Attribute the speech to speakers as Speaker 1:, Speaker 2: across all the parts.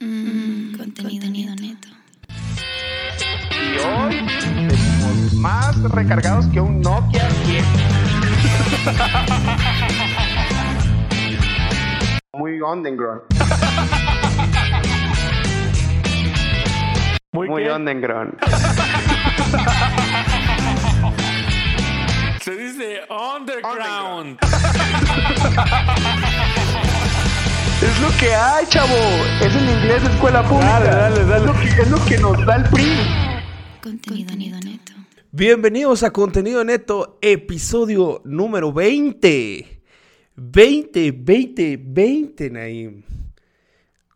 Speaker 1: Mm, Contenido, Contenido neto.
Speaker 2: Y hoy venimos más recargados que un Nokia 10. Muy underground.
Speaker 3: Muy,
Speaker 2: Muy
Speaker 3: qué?
Speaker 2: underground.
Speaker 3: Se dice underground.
Speaker 2: Es lo que hay, chavo. Es en inglés, escuela pública.
Speaker 3: Dale, dale, dale.
Speaker 2: Es lo que, es lo que nos da el PRI.
Speaker 1: Contenido, neto.
Speaker 4: Bienvenidos a Contenido Neto, episodio número 20. 20, 20, 20, Naim.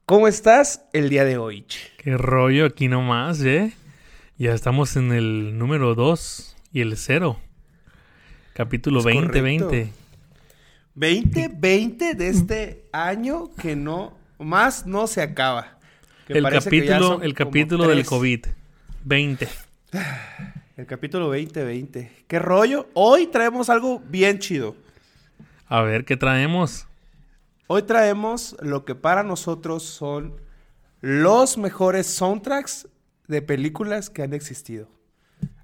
Speaker 4: ¿Cómo estás el día de hoy? che?
Speaker 5: Qué rollo aquí nomás, ¿eh? Ya estamos en el número 2 y el 0. Capítulo
Speaker 4: Es
Speaker 5: 2020.
Speaker 4: correcto. 20, 20 de este año que no, más no se acaba. Que
Speaker 5: El
Speaker 4: parece que ya
Speaker 5: capítulo,
Speaker 4: son
Speaker 5: el
Speaker 4: como
Speaker 5: capítulo del
Speaker 4: tres.
Speaker 5: COVID. 20.
Speaker 4: El capítulo 20, 20. ¿Qué rollo? Hoy traemos algo bien chido.
Speaker 5: A ver, ¿qué traemos?
Speaker 4: Hoy traemos lo que para nosotros son los mejores soundtracks de películas que han existido.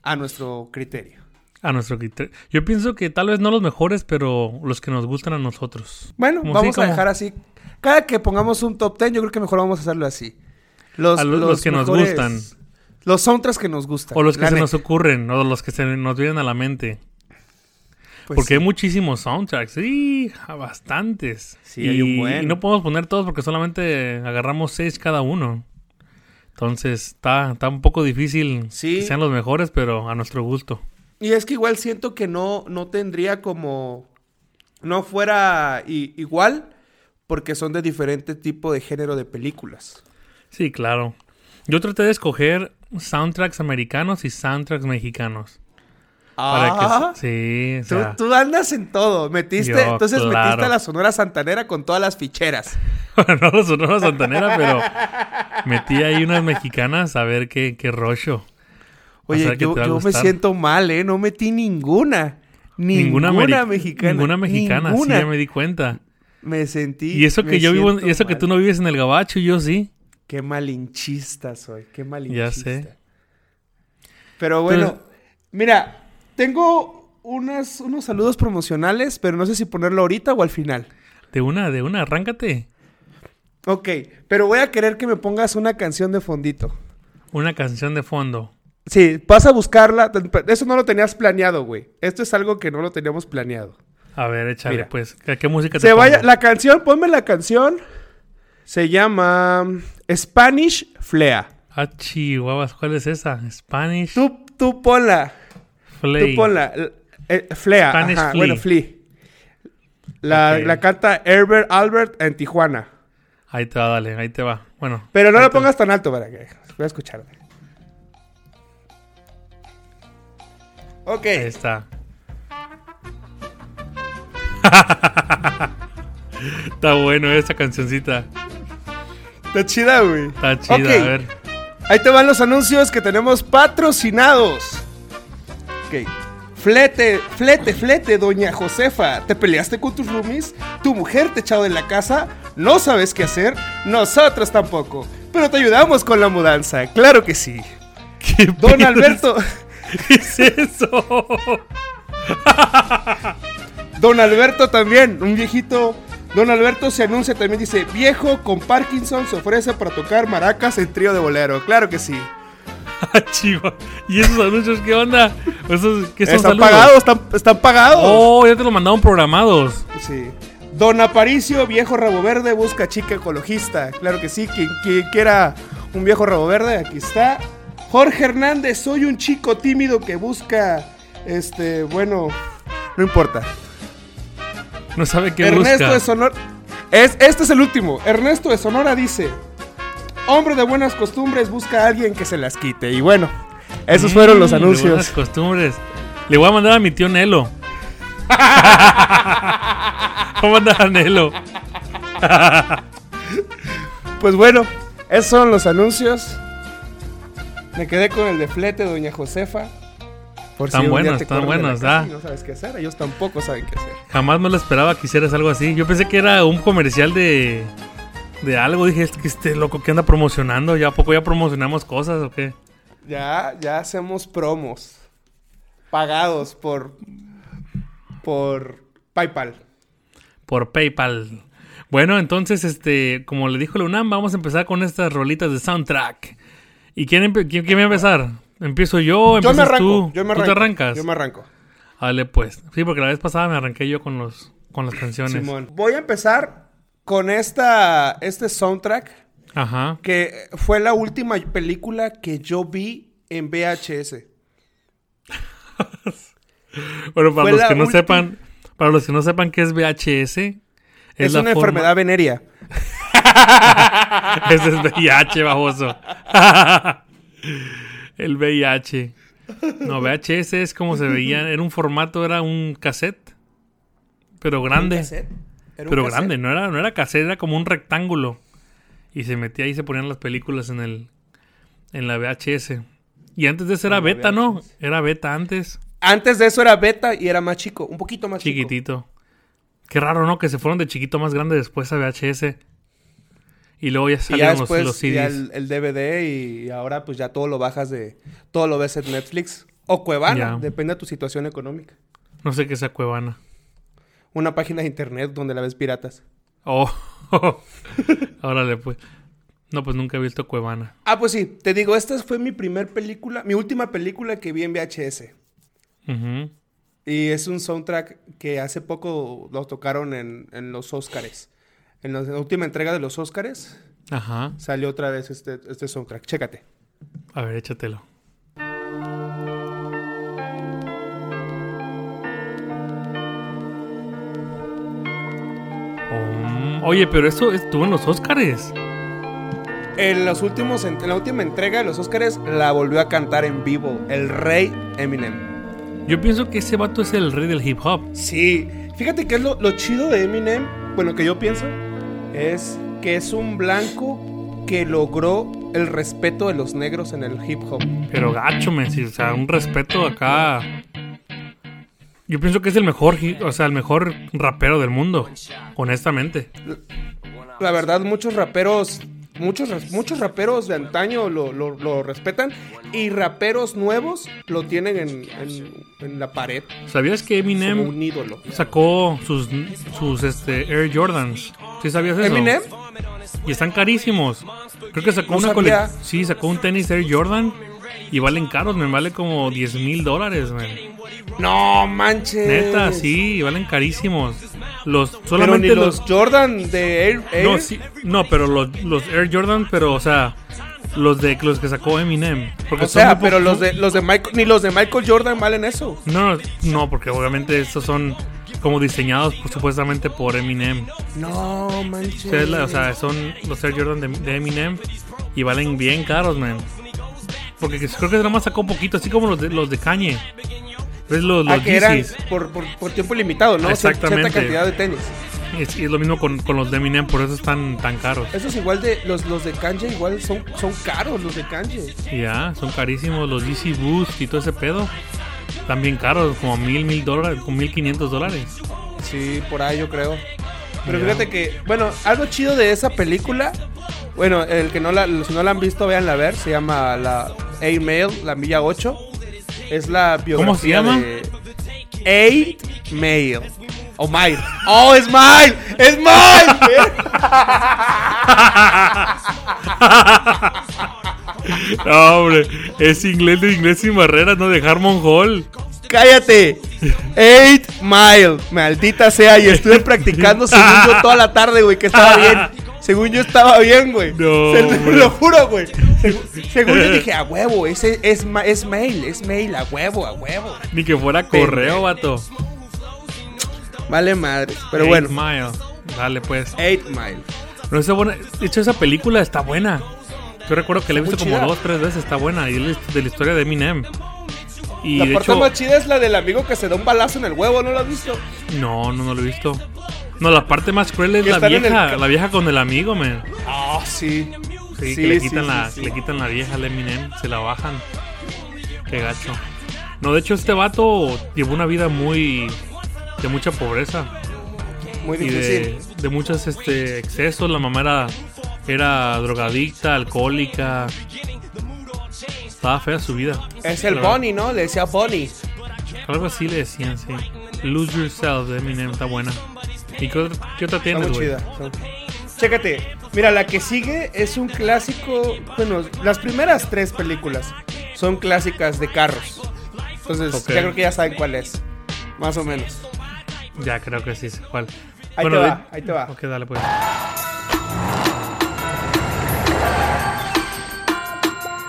Speaker 4: A nuestro criterio.
Speaker 5: A nuestro criterio. Yo pienso que tal vez no los mejores, pero los que nos gustan a nosotros.
Speaker 4: Bueno,
Speaker 5: Como
Speaker 4: vamos
Speaker 5: sí,
Speaker 4: a
Speaker 5: como-
Speaker 4: dejar así. Cada que pongamos un top 10, yo creo que mejor vamos a hacerlo así. Los,
Speaker 5: A lo- los que nos gustan.
Speaker 4: Los soundtracks que nos gustan.
Speaker 5: O los que
Speaker 4: la
Speaker 5: se
Speaker 4: neta.
Speaker 5: nos ocurren, o los que se nos vienen a la mente.
Speaker 4: Pues
Speaker 5: porque
Speaker 4: sí.
Speaker 5: hay muchísimos soundtracks, sí, a bastantes.
Speaker 4: Sí,
Speaker 5: y,
Speaker 4: hay un buen.
Speaker 5: y no podemos poner todos porque solamente agarramos seis cada uno. Entonces está, está un poco difícil
Speaker 4: Sí.
Speaker 5: que sean los mejores, pero a nuestro gusto.
Speaker 4: Y es que igual siento que no, no tendría como... No fuera i- igual porque son de diferente tipo de género de películas.
Speaker 5: Sí, claro. Yo traté de escoger soundtracks americanos y soundtracks mexicanos.
Speaker 4: Ah.
Speaker 5: que sí, o
Speaker 4: Tú,
Speaker 5: sea,
Speaker 4: tú andas en todo, metiste,
Speaker 5: Yo,
Speaker 4: entonces metiste
Speaker 5: claro.
Speaker 4: a la Sonora Santanera con todas las ficheras.
Speaker 5: no los sonó la Santanera, pero metí ahí unas mexicanas a ver qué, qué rollo.
Speaker 4: Oye,
Speaker 5: sea que
Speaker 4: yo,
Speaker 5: te va a
Speaker 4: yo me
Speaker 5: gustar.
Speaker 4: siento mal, ¿eh? No metí ninguna. Ninguna,
Speaker 5: ameri-
Speaker 4: mexicana.
Speaker 5: Ninguna mexicana,
Speaker 4: Ninguna.
Speaker 5: sí, ya me di cuenta.
Speaker 4: Me sentí.
Speaker 5: Y eso
Speaker 4: me
Speaker 5: que yo vivo, en-
Speaker 4: siento
Speaker 5: y eso que
Speaker 4: mal.
Speaker 5: tú no vives en el gabacho, yo sí.
Speaker 4: Qué malinchista soy, qué malinchista.
Speaker 5: Ya sé.
Speaker 4: Pero bueno,
Speaker 5: Entonces-
Speaker 4: mira, tengo unas, unos saludos promocionales, pero no sé si ponerlo ahorita o al final.
Speaker 5: De una, de una, arráncate.
Speaker 4: Ok, pero voy a querer que me pongas una canción de fondito.
Speaker 5: Una canción de fondo.
Speaker 4: Sí, vas a buscarla. Eso no lo tenías planeado, güey. Esto es algo que no lo teníamos planeado.
Speaker 5: A ver, échale,
Speaker 4: Mira.
Speaker 5: pues. ¿Qué, qué música
Speaker 4: Se
Speaker 5: pongo?
Speaker 4: vaya, la canción, ponme la canción. Se llama mm, Spanish Flea.
Speaker 5: Ah, chihuahuas, ¿cuál es esa? Spanish
Speaker 4: Tú, tú ponla.
Speaker 5: Flay.
Speaker 4: Tú ponla. L- eh, Flea.
Speaker 5: Spanish
Speaker 4: ajá,
Speaker 5: Flea.
Speaker 4: Bueno, Flea. La,
Speaker 5: Ok.
Speaker 4: la canta Herbert Albert en Tijuana.
Speaker 5: Ahí te va, dale, ahí te va. Bueno.
Speaker 4: Pero no
Speaker 5: ahí
Speaker 4: la
Speaker 5: te va.
Speaker 4: pongas tan alto para que voy a escuchar. Ok.
Speaker 5: Ahí está. está bueno esa cancioncita.
Speaker 4: Está chida, güey.
Speaker 5: Está chida,
Speaker 4: Ok,
Speaker 5: a ver.
Speaker 4: Ahí te van los anuncios que tenemos patrocinados. Ok. Flete, flete, flete, doña Josefa. ¿Te peleaste con tus roomies? ¿Tu mujer te echó de la casa? ¿No sabes qué hacer? Nosotros tampoco. Pero te ayudamos con la mudanza, claro que sí.
Speaker 5: ¿Qué
Speaker 4: Don
Speaker 5: pedo
Speaker 4: Alberto,
Speaker 5: es eso?
Speaker 4: Don Alberto también, un viejito. Don Alberto se anuncia también, dice, viejo con Parkinson se ofrece para tocar maracas en trío de bolero, claro que sí.
Speaker 5: Ah, chihuahua. ¿Y esos anuncios qué onda? ¿Esos, ¿Qué son
Speaker 4: Están
Speaker 5: saludos?
Speaker 4: pagados, están, están pagados.
Speaker 5: Oh, ya te lo mandaron programados.
Speaker 4: Sí. Don Aparicio, viejo rabo verde, busca chica ecologista. Claro que sí, quien, quien quiera un viejo rabo verde, aquí está. Jorge Hernández, soy un chico tímido que busca, este, bueno, no importa.
Speaker 5: No sabe qué
Speaker 4: Ernesto
Speaker 5: busca.
Speaker 4: de Sonora, es, este es el último. Ernesto de Sonora dice, hombre de buenas costumbres busca a alguien que se las quite. Y bueno, esos fueron los
Speaker 5: Mm, de
Speaker 4: anuncios.
Speaker 5: buenas costumbres. Le voy a mandar a mi tío Nelo. voy a mandar a Nelo.
Speaker 4: Pues bueno, esos son los anuncios. Me quedé con el de flete, doña Josefa. Por
Speaker 5: Están
Speaker 4: un día
Speaker 5: buenos,
Speaker 4: te
Speaker 5: están
Speaker 4: corren de la
Speaker 5: buenos,
Speaker 4: casa
Speaker 5: ah.
Speaker 4: y No sabes qué hacer, ellos tampoco saben qué hacer.
Speaker 5: Jamás me lo esperaba que hicieras algo así. Yo pensé que era un comercial de de algo. Dije, este, este loco que anda promocionando. ¿Ya a poco ya promocionamos cosas o qué?
Speaker 4: Ya, ya hacemos promos. Pagados por. por PayPal.
Speaker 5: Por PayPal. Bueno, entonces, este, como le dijo la UNAM, vamos a empezar con estas rolitas de soundtrack. ¿Y quién, empe- quién, quién va a empezar? ¿Empiezo yo?
Speaker 4: Yo me
Speaker 5: ¿Empiezas
Speaker 4: arranco.
Speaker 5: tú?
Speaker 4: Yo me
Speaker 5: ¿Tú
Speaker 4: arranco.
Speaker 5: te arrancas?
Speaker 4: Yo me arranco.
Speaker 5: Dale, pues. Sí, porque la vez pasada me arranqué yo con los con las canciones.
Speaker 4: Simón. Voy a empezar con esta. este soundtrack.
Speaker 5: Ajá.
Speaker 4: Que fue la última película que yo vi en VHS.
Speaker 5: Bueno, para
Speaker 4: Fue
Speaker 5: los
Speaker 4: la
Speaker 5: que no
Speaker 4: última-
Speaker 5: sepan, para los que no sepan qué es VHS, es,
Speaker 4: Es,
Speaker 5: la
Speaker 4: una
Speaker 5: forma-
Speaker 4: enfermedad venerea.
Speaker 5: Ese es VIH, baboso. El VIH. No, VHS es como se veía. Era un formato, era un cassette. Pero grande.
Speaker 4: Cassette. Era un
Speaker 5: pero
Speaker 4: cassette.
Speaker 5: grande, no era, no era cassette, era como un rectángulo. Y se metía y se ponían las películas en el en la VHS. Y antes de eso era beta, ¿no? Era beta antes,
Speaker 4: Antes de eso era beta y era más chico. Un poquito más chico.
Speaker 5: chiquitito. Qué raro, ¿no? Que se fueron de chiquito más grande después a VHS. Y luego ya
Speaker 4: Y ya
Speaker 5: salieron los-
Speaker 4: después
Speaker 5: los, CDs.
Speaker 4: ya el, el DVD y ahora pues ya todo lo bajas de... Todo lo ves en Netflix o Cuevana,
Speaker 5: Ya.
Speaker 4: depende de tu situación económica.
Speaker 5: No sé qué sea Cuevana.
Speaker 4: Una página de internet donde la ves piratas.
Speaker 5: Oh. Órale, pues. No, pues nunca he visto Cuevana.
Speaker 4: Ah, pues sí, te digo, esta fue mi primer película, mi última película que vi en VHS.
Speaker 5: Ujú.
Speaker 4: Y es un soundtrack que hace poco lo tocaron en, en los Óscares. En la última entrega de los Óscares
Speaker 5: Ajá.
Speaker 4: salió otra vez este, este soundtrack. Chécate.
Speaker 5: A ver, échatelo. Mm, Oye, pero eso estuvo en los Óscares.
Speaker 4: En, los últimos, en la última entrega de los Óscares la volvió a cantar en vivo el rey Eminem.
Speaker 5: Yo pienso que ese vato es el rey del hip hop.
Speaker 4: Sí, fíjate que es lo, lo chido de Eminem, bueno, que yo pienso, es que es un blanco que logró el respeto de los negros en el hip hop.
Speaker 5: Pero gacho, men, sí, o sea, un respeto acá. Yo pienso que es el mejor, hi- o sea, el mejor rapero del mundo, honestamente.
Speaker 4: La verdad, muchos raperos, muchos, ra- muchos raperos de antaño lo, lo- lo respetan y raperos nuevos lo tienen en, en- en la pared
Speaker 5: ¿Sabías que
Speaker 4: como
Speaker 5: Eminem
Speaker 4: un ídolo.
Speaker 5: sacó sus sus este Air Jordans? ¿Sí sabías eso?
Speaker 4: Eminem,
Speaker 5: Y están carísimos. Creo que sacó
Speaker 4: No
Speaker 5: una
Speaker 4: sabía.
Speaker 5: colección. Sí, sacó un tenis Air Jordan. Y valen caros, me vale como 10 mil dólares, man.
Speaker 4: Eh. no manches.
Speaker 5: Neta, sí, valen carísimos. Los,
Speaker 4: Pero
Speaker 5: solamente
Speaker 4: ni los
Speaker 5: los.
Speaker 4: Jordan de Air, Air
Speaker 5: No, sí, no, pero los, los Air Jordan, pero, o sea, los de los que sacó Eminem. Porque
Speaker 4: O
Speaker 5: son
Speaker 4: sea,
Speaker 5: muy po-
Speaker 4: pero los de los de Michael, ni los de Michael Jordan valen eso.
Speaker 5: No, no, porque obviamente estos son como diseñados pues, supuestamente por Eminem.
Speaker 4: No
Speaker 5: O
Speaker 4: manches.
Speaker 5: sea, es la- o sea, son los Air Jordan de, de Eminem y valen bien caros, man. Porque que- creo que nada más sacó un poquito, así como los de, los de Kanye. ¿Ves? Los, los
Speaker 4: Ah, que eran
Speaker 5: Yeezys.
Speaker 4: por, por, por tiempo limitado, ¿no? Cier-
Speaker 5: Exactamente.
Speaker 4: Cierta cantidad de tenis.
Speaker 5: Es, y es lo mismo con, con los de Eminem, por eso están tan caros.
Speaker 4: Esos igual de. Los, los de Kanye igual son, son caros, los de Kanye.
Speaker 5: Y Ya, son carísimos los DC Boost y todo ese pedo. Están bien caros, como mil, mil dólares, como mil quinientos dólares.
Speaker 4: Sí, por ahí yo creo. Pero
Speaker 5: Ya.
Speaker 4: fíjate que, bueno, algo chido de esa película, bueno, el que no la, los que no la han visto, véanla a ver, se llama la A-Mail, la milla 8. Es la biografía
Speaker 5: ¿Cómo se llama?
Speaker 4: de Eight Mail. O Mile. ¡Oh, es Mile! ¡Es Mile!
Speaker 5: No, hombre, es inglés de inglés sin barreras, no de Harmon Hall.
Speaker 4: ¡Cállate! Eight Mile. Maldita sea, y estuve practicando según yo toda la tarde, güey, que estaba bien. Según yo estaba bien, güey.
Speaker 5: No,
Speaker 4: Se-
Speaker 5: hombre.
Speaker 4: lo juro, güey. Segu- Según yo dije, a huevo, ese es, ma- es mail, es mail, a huevo, a huevo.
Speaker 5: Ni que fuera correo, vato.
Speaker 4: Vale madre, pero
Speaker 5: Eight
Speaker 4: bueno.
Speaker 5: Mile. Dale, pues.
Speaker 4: Eight Mile.
Speaker 5: Pero esa buena, de hecho, esa película está buena. Yo recuerdo que la he
Speaker 4: Está
Speaker 5: visto
Speaker 4: muy
Speaker 5: como
Speaker 4: chida.
Speaker 5: dos, tres veces. Está buena. Y es de la historia de Eminem. Y
Speaker 4: la
Speaker 5: de
Speaker 4: parte
Speaker 5: hecho,
Speaker 4: más chida es la del amigo que se da un balazo en el huevo, ¿no lo has visto?
Speaker 5: no, no, no lo he visto. No, la parte más cruel es
Speaker 4: Que
Speaker 5: la
Speaker 4: están en
Speaker 5: vieja.
Speaker 4: el-
Speaker 5: La vieja con el amigo, man.
Speaker 4: Ah, sí.
Speaker 5: Sí, que le
Speaker 4: sí,
Speaker 5: quitan,
Speaker 4: sí,
Speaker 5: la,
Speaker 4: sí.
Speaker 5: le quitan la vieja al Eminem. Se la bajan. Qué gacho. No, de hecho, este vato llevó una vida muy. de mucha pobreza.
Speaker 4: Muy
Speaker 5: y
Speaker 4: difícil.
Speaker 5: de, de muchos este, excesos. La mamá era Era drogadicta, alcohólica. Estaba fea su vida.
Speaker 4: Es el
Speaker 5: La verdad.
Speaker 4: Bonnie, ¿no? Le decía Bonnie.
Speaker 5: Algo así le decían, sí. Lose Yourself de Eminem está buena. ¿Y qué, otra- qué otra
Speaker 4: Está
Speaker 5: tienes, güey?
Speaker 4: muy chida. Está- Chécate. Mira, la que sigue es un clásico. Bueno, las primeras tres películas son clásicas de carros. Entonces,
Speaker 5: Ok.
Speaker 4: ya creo que ya saben cuál es. Más o menos.
Speaker 5: Ya, creo que sí sé cuál.
Speaker 4: Ahí te va,
Speaker 5: de-
Speaker 4: ahí te va.
Speaker 5: Ok, dale pues.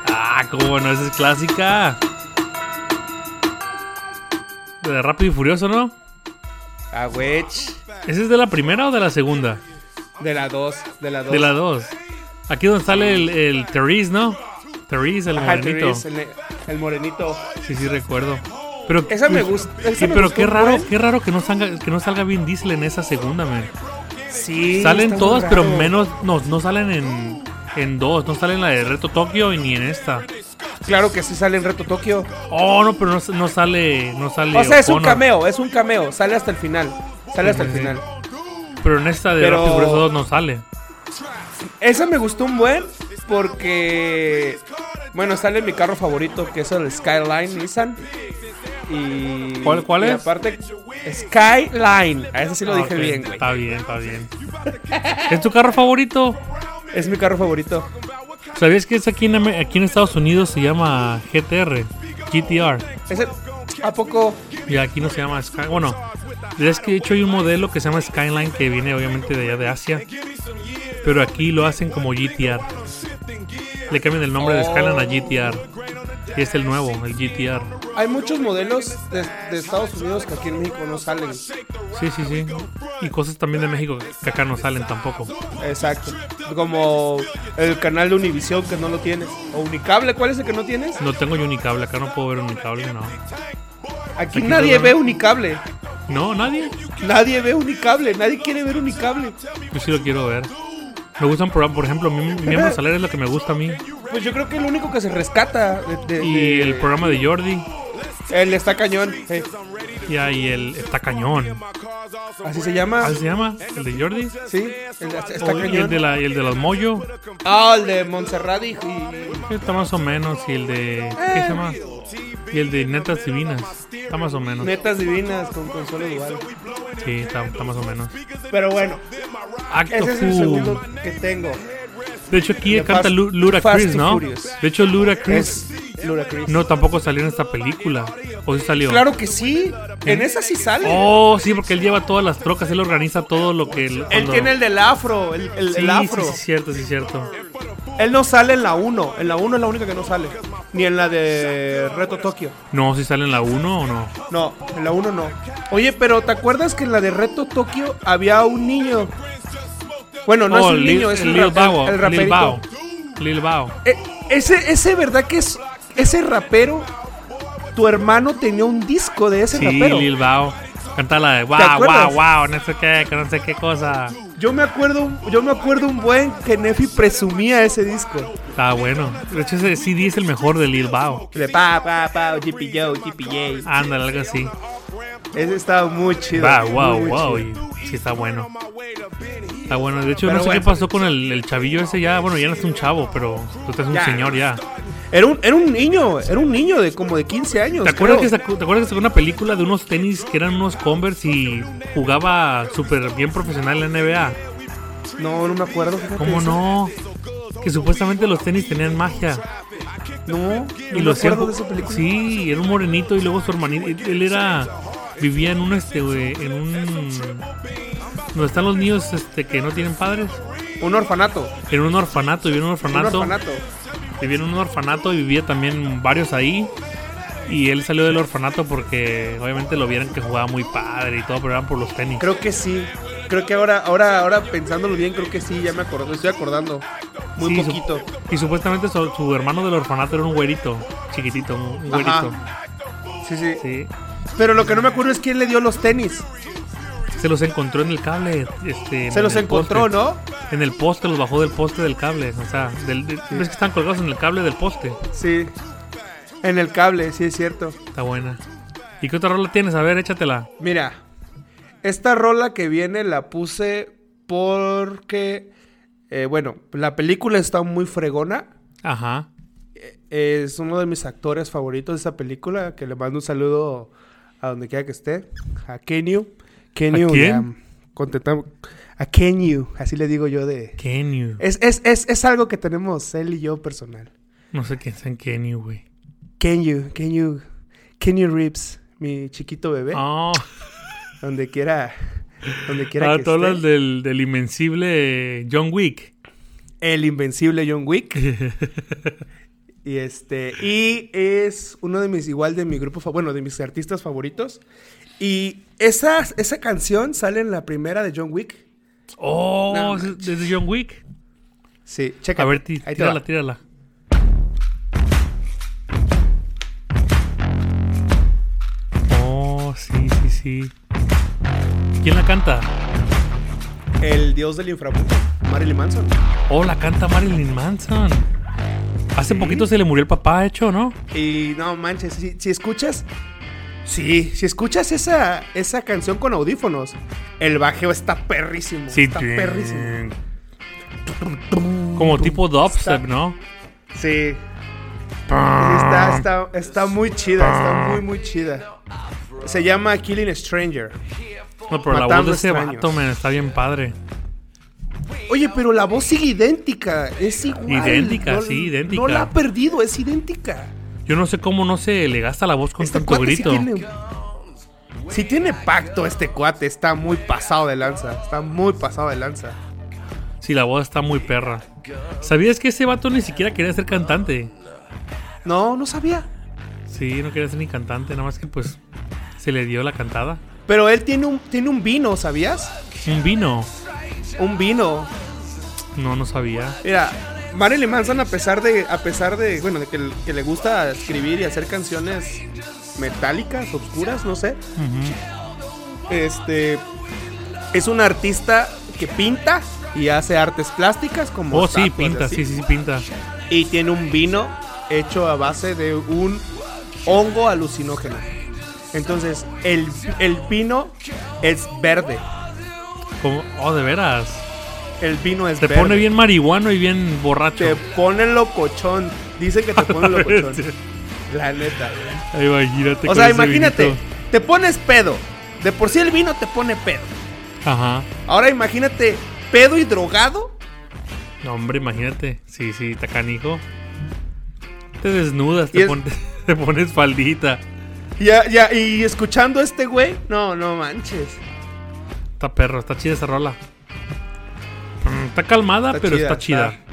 Speaker 5: Ah, cómo bueno, esa es clásica. De Rápido y Furioso, ¿no?
Speaker 4: A Witch.
Speaker 5: ¿Esa es de la primera o de la segunda?
Speaker 4: De la 2. De la 2.
Speaker 5: De la dos. Aquí donde sale el, el Therese, ¿no? Therese, el
Speaker 4: Ajá,
Speaker 5: morenito.
Speaker 4: Therese, el, el morenito.
Speaker 5: Sí, sí, recuerdo. Pero,
Speaker 4: Esa me
Speaker 5: uy,
Speaker 4: gusta.
Speaker 5: Sí, pero qué raro, qué raro que no salga, que no salga Vin Diesel en esa segunda, man.
Speaker 4: Sí,
Speaker 5: Salen
Speaker 4: está
Speaker 5: todas,
Speaker 4: muy
Speaker 5: pero
Speaker 4: raro.
Speaker 5: menos. No, no salen en, en dos. No salen en la de Reto Tokio y ni en esta.
Speaker 4: Claro que sí sale en Reto Tokio.
Speaker 5: Oh, no, pero no, no sale. No sale
Speaker 4: O sea, es un
Speaker 5: O'Connor.
Speaker 4: cameo, es un cameo. Sale hasta el final. Sale hasta el
Speaker 5: Sí, sí, sí.
Speaker 4: final.
Speaker 5: Pero en esta de
Speaker 4: Pero-
Speaker 5: Rápido y Furioso 2 no sale.
Speaker 4: Esa me gustó un buen porque, bueno, sale mi carro favorito, que es el Skyline Nissan. Y,
Speaker 5: ¿Cuál- cuál
Speaker 4: y
Speaker 5: es?
Speaker 4: aparte, Skyline. A ese sí lo
Speaker 5: Ah,
Speaker 4: dije
Speaker 5: ok,
Speaker 4: bien, güey.
Speaker 5: Está bien, está bien. ¿Es tu carro favorito?
Speaker 4: Es mi carro favorito.
Speaker 5: ¿Sabías que es aquí en, Am- aquí en Estados Unidos se llama GTR? GTR.
Speaker 4: Es el- ¿A poco?
Speaker 5: Y aquí no se llama Skyline. Bueno, es que de hecho hay un modelo que se llama Skyline que viene obviamente de allá de Asia. Pero aquí lo hacen como GTR. Le cambian el nombre de Skyline a GTR. Y es el nuevo, el GTR.
Speaker 4: Hay muchos modelos de, de Estados Unidos que aquí en México no salen.
Speaker 5: Sí, sí, sí. Y cosas también de México que acá no salen tampoco.
Speaker 4: Exacto. Como el canal de Univision que no lo tienes. O Unicable, ¿cuál es el que no tienes?
Speaker 5: No tengo yo unicable, acá no puedo ver unicable, no.
Speaker 4: Aquí
Speaker 5: Aquí
Speaker 4: nadie
Speaker 5: no lo-
Speaker 4: ve Unicable.
Speaker 5: No, nadie.
Speaker 4: Nadie ve Unicable. Nadie quiere ver Unicable.
Speaker 5: Yo sí lo quiero ver. Me gustan, por, por ejemplo, Miem- Miembros Saler es lo que me gusta a mí.
Speaker 4: Pues yo creo que el único que se rescata de, de-
Speaker 5: Y
Speaker 4: de-
Speaker 5: el programa de Jordi.
Speaker 4: él está cañón. eh.
Speaker 5: Ya, y el está cañón.
Speaker 4: Así se llama.
Speaker 5: ¿Así se llama? ¿El de Jordi?
Speaker 4: Sí, el- está
Speaker 5: O- y el de,
Speaker 4: cañón.
Speaker 5: la, y el de los Moyo,
Speaker 4: Ah, el de Montserrat y, y-
Speaker 5: está más o menos. Y el de. ¿Qué se llama? Y el de Netas Divinas, está más o menos.
Speaker 4: Netas Divinas con Consuelo Duval.
Speaker 5: Sí, está, está más o menos.
Speaker 4: Pero bueno,
Speaker 5: Acto
Speaker 4: ese es el
Speaker 5: Fu.
Speaker 4: segundo que tengo.
Speaker 5: De hecho, aquí
Speaker 4: De
Speaker 5: canta
Speaker 4: Fast-
Speaker 5: Lu- Lura
Speaker 4: Fast
Speaker 5: Chris,
Speaker 4: and
Speaker 5: ¿no?
Speaker 4: Furious.
Speaker 5: De hecho, Lura Chris
Speaker 4: Es Lura Chris.
Speaker 5: no tampoco salió en esta película. ¿O sí salió?
Speaker 4: Claro que sí. En esa sí sale.
Speaker 5: Oh, sí, porque él lleva todas las trocas, él organiza todo lo que. Él,
Speaker 4: Él
Speaker 5: cuando-
Speaker 4: tiene el del afro, el, el- el
Speaker 5: Sí,
Speaker 4: afro.
Speaker 5: Sí, sí, cierto, sí, cierto.
Speaker 4: Él no sale en la 1. En la 1 es la única que no sale. Ni en la de Reto Tokio.
Speaker 5: No, si sale en la 1 o no.
Speaker 4: No, en la 1 no. Oye, pero ¿te acuerdas que en la de Reto Tokio había un niño? Bueno, no
Speaker 5: Oh,
Speaker 4: es un
Speaker 5: Lil-
Speaker 4: niño, es el,
Speaker 5: Lil
Speaker 4: rap-
Speaker 5: Bao,
Speaker 4: el- el
Speaker 5: Lil
Speaker 4: raperito.
Speaker 5: Bao. Lil Bao.
Speaker 4: Eh, ese, ese, ¿verdad que es ese rapero? Tu hermano tenía un disco de ese
Speaker 5: Sí,
Speaker 4: rapero.
Speaker 5: Lil Bao. Canta la de
Speaker 4: ¿Te
Speaker 5: wow, wow,
Speaker 4: acuerdas?
Speaker 5: wow, no sé qué, que no sé qué cosa.
Speaker 4: Yo me acuerdo, yo me acuerdo un buen que Nefi presumía ese disco.
Speaker 5: Está bueno. De hecho, ese CD es el mejor de Lil Bao.
Speaker 4: De pa, pa, pa, jippy yo, jippy yay.
Speaker 5: Ándale, algo así.
Speaker 4: Ese estaba muy chido.
Speaker 5: Wow,
Speaker 4: muy,
Speaker 5: wow,
Speaker 4: muy
Speaker 5: wow.
Speaker 4: chido.
Speaker 5: y- Sí, está bueno. Está bueno. De hecho,
Speaker 4: Pero
Speaker 5: no sé
Speaker 4: bueno.
Speaker 5: qué pasó con el, el chavillo ese ya. Bueno, ya no es un chavo, pero tú estás un
Speaker 4: Ya.
Speaker 5: señor ya.
Speaker 4: Era un, era un niño, era un niño de como de 15 años.
Speaker 5: ¿Te acuerdas, que
Speaker 4: Pues creo.
Speaker 5: sacó, ¿Te acuerdas que sacó una película de unos tenis que eran unos Converse y jugaba súper bien profesional en la NBA?
Speaker 4: No, no me acuerdo. fíjate.
Speaker 5: ¿Cómo no? Que supuestamente los tenis tenían magia.
Speaker 4: No,
Speaker 5: Y
Speaker 4: no me
Speaker 5: los hacían
Speaker 4: acuerdo de
Speaker 5: ju-
Speaker 4: esa película.
Speaker 5: Sí, era un morenito y luego su hermanito. Él, él era. Vivía en un este, güey, en un. Donde están los niños este, que no tienen padres.
Speaker 4: Un orfanato.
Speaker 5: En un orfanato, vivía en un
Speaker 4: Un
Speaker 5: orfanato.
Speaker 4: orfanato.
Speaker 5: Vivía en un orfanato y vivía también varios ahí. Y él salió del orfanato porque obviamente lo vieron que jugaba muy padre y todo, pero eran por los tenis.
Speaker 4: Creo que sí. Creo que ahora, ahora, ahora pensándolo bien, creo que sí, ya me acordé, estoy acordando. Muy
Speaker 5: Sí, su-
Speaker 4: poquito.
Speaker 5: Y supuestamente su, su hermano del orfanato era un güerito, chiquitito, un, un güerito.
Speaker 4: Sí, sí,
Speaker 5: Sí.
Speaker 4: Pero lo que no me acuerdo es quién le dio los tenis.
Speaker 5: Se los encontró en el cable. Este,
Speaker 4: Se
Speaker 5: en
Speaker 4: los
Speaker 5: el
Speaker 4: encontró,
Speaker 5: poste.
Speaker 4: ¿no?
Speaker 5: En el poste, los bajó del poste del cable. O sea, del, de- ves que están colgados en el cable del poste.
Speaker 4: Sí. En el cable, sí, es cierto.
Speaker 5: Está buena. ¿Y qué otra rola tienes? A ver, échatela.
Speaker 4: Mira, esta rola que viene la puse porque Eh, bueno, la película está muy fregona.
Speaker 5: Ajá.
Speaker 4: Eh, es uno de mis actores favoritos de esa película, que le mando un saludo a donde quiera que esté, a Kenyu. Kenyu,
Speaker 5: ¿A quién?
Speaker 4: ya, contenta- a Kenyu, así le digo yo de...
Speaker 5: Kenyu.
Speaker 4: Es, es, es, es algo que tenemos él y yo personal.
Speaker 5: No sé quién es en Kenyu, güey.
Speaker 4: Kenyu, Kenyu, Kenyu Rips, mi chiquito bebé,
Speaker 5: Ah,
Speaker 4: donde quiera, donde quiera
Speaker 5: ah,
Speaker 4: que
Speaker 5: tú
Speaker 4: esté.
Speaker 5: hablas del, del invencible John Wick.
Speaker 4: El invencible John Wick. y este. Y es uno de mis, igual de mi grupo, fa- bueno, de mis artistas favoritos. Y esa, esa canción sale en la primera de John Wick.
Speaker 5: Oh,
Speaker 4: No
Speaker 5: ¿es- ¿es de John Wick?
Speaker 4: Sí, checa.
Speaker 5: A ver, tí-
Speaker 4: Ahí te
Speaker 5: tírala,
Speaker 4: va.
Speaker 5: tírala. Oh, sí, sí, sí. ¿Quién la canta?
Speaker 4: El dios del inframundo, Marilyn Manson.
Speaker 5: Oh, la canta Marilyn Manson. Hace poquito se le murió el papá, de hecho, ¿no?
Speaker 4: Y no manches, si, si escuchas. Sí, si escuchas esa, esa canción con audífonos, el bajeo está perrísimo. está
Speaker 5: tiene-
Speaker 4: perrísimo.
Speaker 5: Como tipo dubstep,
Speaker 4: Está-
Speaker 5: ¿no?
Speaker 4: Sí. Sí, está, está, está muy chida, está muy, muy chida. Se llama Killing Stranger.
Speaker 5: No, pero la voz
Speaker 4: Matando
Speaker 5: de ese
Speaker 4: extraños.
Speaker 5: vato, man, está bien padre.
Speaker 4: Oye, pero la voz sigue idéntica, es igual.
Speaker 5: Idéntica,
Speaker 4: no-
Speaker 5: sí, idéntica.
Speaker 4: No la ha perdido, es idéntica.
Speaker 5: Yo no sé cómo no se le gasta la voz con
Speaker 4: Este
Speaker 5: tanto
Speaker 4: cuate
Speaker 5: grito.
Speaker 4: sí tiene... Sí tiene pacto este cuate, está muy pasado de lanza, está muy pasado de lanza.
Speaker 5: Sí, la voz está muy perra. ¿Sabías que ese vato ni siquiera quería ser cantante?
Speaker 4: No, no sabía.
Speaker 5: Sí, no quería ser ni cantante, nada más que pues se le dio la cantada.
Speaker 4: Pero él tiene un, tiene un vino, ¿sabías?
Speaker 5: Un vino.
Speaker 4: Un vino.
Speaker 5: No, no sabía.
Speaker 4: Mira, Marilyn Manson a pesar de, a pesar de, bueno, de que, que le gusta escribir y hacer canciones metálicas, obscuras, no sé. Este es un artista que pinta y hace artes plásticas como.
Speaker 5: Oh, sí,
Speaker 4: estatuas y
Speaker 5: pinta,
Speaker 4: así.
Speaker 5: sí, sí, sí, pinta.
Speaker 4: Y tiene un vino hecho a base de un hongo alucinógeno. Entonces, el, el vino es verde.
Speaker 5: Como- Oh, de veras.
Speaker 4: El vino es
Speaker 5: Se
Speaker 4: verde.
Speaker 5: pone bien marihuano y bien borracho.
Speaker 4: Te pone locochón. Dice que te pone locochón. La neta.
Speaker 5: Ay, imagínate.
Speaker 4: O
Speaker 5: con
Speaker 4: sea,
Speaker 5: ese
Speaker 4: imagínate,
Speaker 5: vinito.
Speaker 4: te pones pedo. De por sí el vino te pone pedo.
Speaker 5: Ajá.
Speaker 4: Ahora imagínate, pedo y drogado.
Speaker 5: No, hombre, imagínate. Sí, sí, está canijo. Te desnudas,
Speaker 4: Y
Speaker 5: te,
Speaker 4: es-
Speaker 5: pones, te pones faldita.
Speaker 4: Ya, ya, y escuchando a este güey. No, no manches.
Speaker 5: Está perro, está chida esa rola. Mm, Está calmada,
Speaker 4: Está
Speaker 5: pero
Speaker 4: chida,
Speaker 5: está chida.
Speaker 4: está-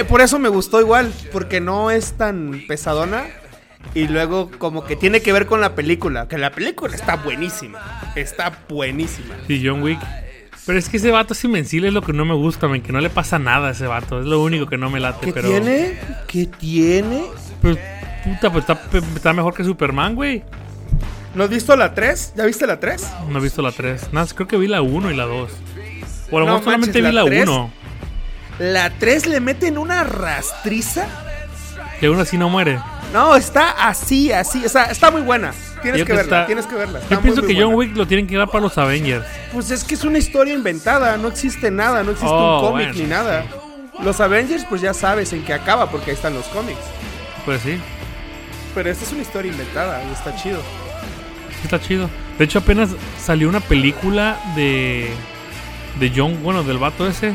Speaker 4: Eh, por eso me gustó igual, porque no es tan pesadona. Y luego como que tiene que ver con la película. Que la película está buenísima. Está buenísima.
Speaker 5: Sí, John Wick. Pero es que ese vato sin es lo que no me gusta, men, que no le pasa nada a ese vato. Es lo único que no me late,
Speaker 4: ¿Qué
Speaker 5: pero.
Speaker 4: tiene? ¿Qué tiene?
Speaker 5: Pues, puta, pues está, pe- está mejor que Superman, güey.
Speaker 4: ¿No has visto la 3? ¿Ya viste la 3?
Speaker 5: No he visto la 3. Nada, creo que vi la 1 y la 2. O a lo
Speaker 4: No
Speaker 5: mejor solamente
Speaker 4: manches,
Speaker 5: vi
Speaker 4: la
Speaker 5: la
Speaker 4: tres.
Speaker 5: 1.
Speaker 4: La 3 le meten una rastriza.
Speaker 5: Que aún así no muere.
Speaker 4: No, está así, así. O sea, está muy buena. Tienes
Speaker 5: Yo
Speaker 4: que
Speaker 5: que
Speaker 4: verla,
Speaker 5: está-
Speaker 4: tienes que verla. está
Speaker 5: Yo
Speaker 4: muy,
Speaker 5: pienso que
Speaker 4: muy
Speaker 5: John
Speaker 4: buena.
Speaker 5: Wick lo tienen que dar para los Avengers.
Speaker 4: Pues es que es una historia inventada. No existe nada, no existe
Speaker 5: Oh,
Speaker 4: un cómic
Speaker 5: bueno,
Speaker 4: ni nada. Los Avengers, pues ya sabes en qué acaba porque ahí están los cómics.
Speaker 5: Pues sí,
Speaker 4: Pero esta es una historia inventada y está chido.
Speaker 5: sí está chido. De hecho, apenas salió una película de. De John, bueno, del vato ese.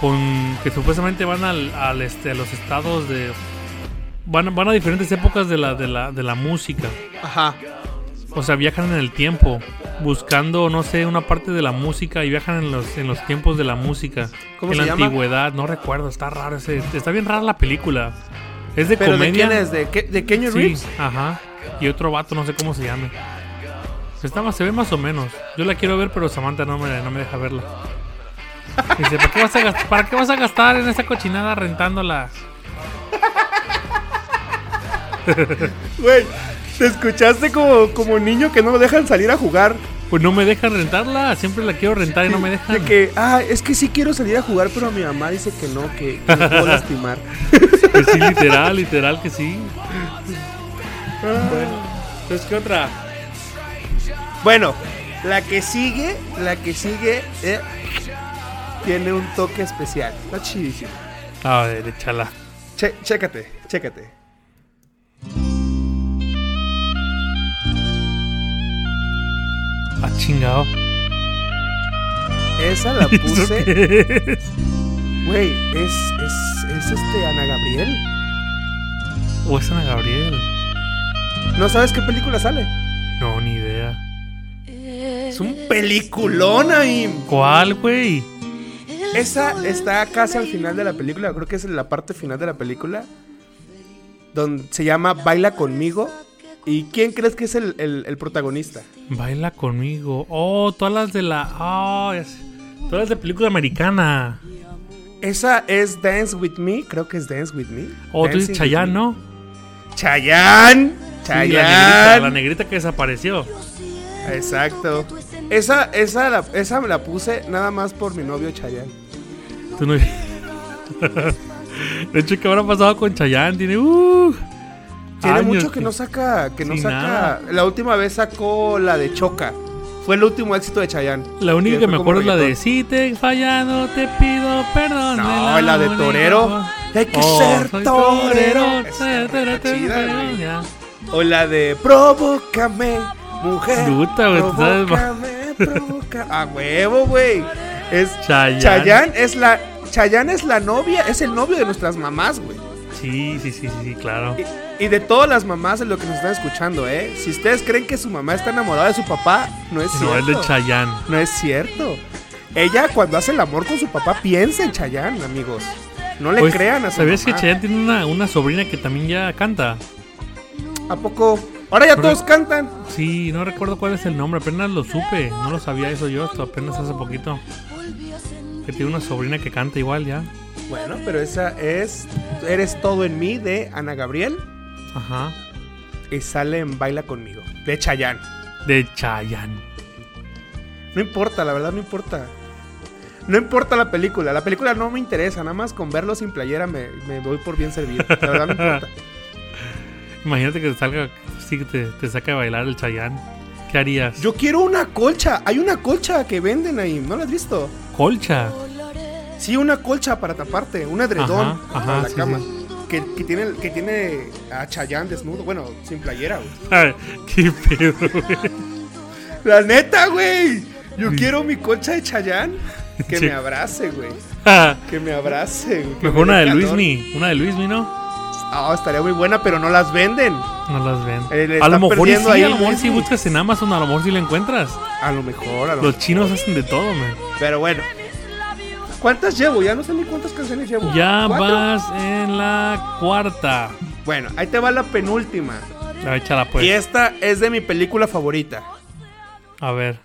Speaker 5: Con. Que supuestamente van al, al este, a los estados de. Van, van a diferentes épocas de la, de la, de la música.
Speaker 4: Ajá.
Speaker 5: O sea, viajan en el tiempo. Buscando, no sé, una parte de la música. Y viajan en los, en los tiempos de la música.
Speaker 4: ¿Cómo
Speaker 5: en
Speaker 4: se
Speaker 5: la
Speaker 4: llama?
Speaker 5: antigüedad. No recuerdo. Está raro ese. Está bien rara la película. Es de
Speaker 4: ¿Pero de
Speaker 5: comedia.
Speaker 4: quién es? ¿De, Ke- de Kenny
Speaker 5: Sí,
Speaker 4: Reeves?
Speaker 5: ajá. Y otro vato, no sé cómo se llame. Está más, se ve más o menos. Yo la quiero ver, pero Samantha no me, no me deja verla. Dice, ¿para qué, vas a gastar, ¿para qué vas a gastar en esa cochinada rentándola?
Speaker 4: Güey, te escuchaste como, como niño que no lo dejan salir a jugar.
Speaker 5: Pues no me dejan rentarla, siempre la quiero rentar y no me
Speaker 4: De
Speaker 5: dejan.
Speaker 4: que, ah, es que sí quiero salir a jugar, pero mi mamá dice que no, que, que me puedo lastimar.
Speaker 5: Pues sí, literal, literal que sí.
Speaker 4: pues,
Speaker 5: Entonces, ¿qué otra?
Speaker 4: Bueno, la que sigue, la que sigue eh, tiene un toque especial. Está chidísimo.
Speaker 5: A ver, échala.
Speaker 4: Che- chécate, chécate.
Speaker 5: Ah, chingado.
Speaker 4: Esa la
Speaker 5: ¿Eso
Speaker 4: puse.
Speaker 5: qué es?
Speaker 4: Güey, es, es, es este Ana Gabriel.
Speaker 5: ¿O es Ana Gabriel?
Speaker 4: ¿No sabes qué película sale?
Speaker 5: No, ni idea.
Speaker 4: Es un peliculón, Naim.
Speaker 5: ¿Cuál, güey?
Speaker 4: Esa está casi al final de la película, creo que es la parte final de la película, donde se llama Baila conmigo. ¿Y quién crees que es el, el- el protagonista?
Speaker 5: Baila conmigo. Oh, todas las de la. Oh, ya sé. Todas las de película americana.
Speaker 4: Esa es Dance With Me, creo que es Dance With Me.
Speaker 5: Oh, tú
Speaker 4: Dancing
Speaker 5: dices Chayanne,
Speaker 4: With
Speaker 5: ¿no?
Speaker 4: Me. Chayanne,
Speaker 5: Sí,
Speaker 4: Chayanne.
Speaker 5: la negrita, la negrita que desapareció.
Speaker 4: Exacto. Esa, esa, la, esa me la puse nada más por mi novio Chayanne.
Speaker 5: Tú no- De hecho, ¿qué habrá pasado con Chayanne? Tiene. Uh,
Speaker 4: Tiene
Speaker 5: años
Speaker 4: mucho que no saca, que no
Speaker 5: Sin
Speaker 4: saca.
Speaker 5: nada.
Speaker 4: La última vez sacó la de Choca. Fue el último éxito de Chayanne.
Speaker 5: La única
Speaker 4: Y
Speaker 5: que
Speaker 4: fue
Speaker 5: me
Speaker 4: como
Speaker 5: acuerdo es la de
Speaker 4: reggaetón.
Speaker 5: Si te he fallado, te pido perdón.
Speaker 4: No, la de
Speaker 5: única
Speaker 4: Torero.
Speaker 5: voz-
Speaker 4: Hay que
Speaker 5: Oh,
Speaker 4: ser
Speaker 5: soy
Speaker 4: torero. Esa
Speaker 5: ser torero,
Speaker 4: está chida,
Speaker 5: torero,
Speaker 4: güey.
Speaker 5: ya.
Speaker 4: O la de Provócame, mujer.
Speaker 5: Puta, güey, tú sabes,
Speaker 4: provócame, provoca. A huevo, güey. Es
Speaker 5: Chayanne.
Speaker 4: Chayanne es la Chayanne es la novia, es el novio de nuestras mamás, güey.
Speaker 5: Sí, sí, sí, sí, sí, claro.
Speaker 4: Y, y de todas las mamás de lo que nos están escuchando, ¿eh? Si ustedes creen que su mamá está enamorada de su papá, no es
Speaker 5: No,
Speaker 4: cierto.
Speaker 5: es de Chayanne.
Speaker 4: No es cierto. Ella cuando hace el amor con su papá piensa en Chayanne, amigos. No le
Speaker 5: Oye,
Speaker 4: crean a su
Speaker 5: Pues, ¿Sabías que
Speaker 4: mamá.
Speaker 5: Chayanne tiene una, una sobrina que también ya canta?
Speaker 4: ¿A poco? Ahora ya todos cantan.
Speaker 5: Sí, no recuerdo cuál es el nombre, apenas lo supe. No lo sabía eso yo, hasta apenas hace poquito. Que tiene una sobrina que canta igual ya.
Speaker 4: Bueno, pero esa es Eres todo en mí de Ana Gabriel
Speaker 5: Ajá.
Speaker 4: y sale en Baila conmigo de Chayanne.
Speaker 5: De Chayanne.
Speaker 4: No importa, la verdad no importa. No importa la película, la película no me interesa, nada más con verlo sin playera me, me voy por bien servido. La verdad no importa.
Speaker 5: Imagínate que te salga, sí, que te, te saca a bailar el Chayanne. ¿Qué harías?
Speaker 4: Yo quiero una colcha, hay una colcha que venden ahí, ¿no la has visto?
Speaker 5: Colcha.
Speaker 4: Sí, una colcha para taparte, un edredón
Speaker 5: Ajá,
Speaker 4: para
Speaker 5: ajá,
Speaker 4: la
Speaker 5: sí,
Speaker 4: cama.
Speaker 5: sí.
Speaker 4: Que, que tiene, que tiene a Chayanne desnudo, bueno, sin playera, güey.
Speaker 5: Ay, Qué pedo, güey.
Speaker 4: La neta, güey. Yo quiero mi colcha de Chayán. Que
Speaker 5: Mm. Sí.
Speaker 4: me abrace, güey.
Speaker 5: Ah,
Speaker 4: Que me abrace, güey. que
Speaker 5: Mejor
Speaker 4: me
Speaker 5: una
Speaker 4: dé
Speaker 5: de
Speaker 4: calor.
Speaker 5: Luismi. Una de Luismi, ¿no?
Speaker 4: Ah, estaría muy buena, pero no las venden.
Speaker 5: No las ven.
Speaker 4: Eh, le
Speaker 5: a lo
Speaker 4: están
Speaker 5: mejor y sí,
Speaker 4: perdiendo ahí
Speaker 5: a lo
Speaker 4: el
Speaker 5: mejor si
Speaker 4: Luismi.
Speaker 5: buscas en Amazon, a lo mejor si la encuentras.
Speaker 4: A lo mejor, a lo
Speaker 5: Los chinos hacen de todo, man.
Speaker 4: Pero bueno. ¿Cuántas llevo? Ya no sé ni cuántas canciones llevo.
Speaker 5: Ya
Speaker 4: ¿Cuatro?
Speaker 5: vas en la cuarta.
Speaker 4: Bueno, ahí te va la penúltima.
Speaker 5: La échala pues.
Speaker 4: Y esta es de mi película favorita.
Speaker 5: A ver.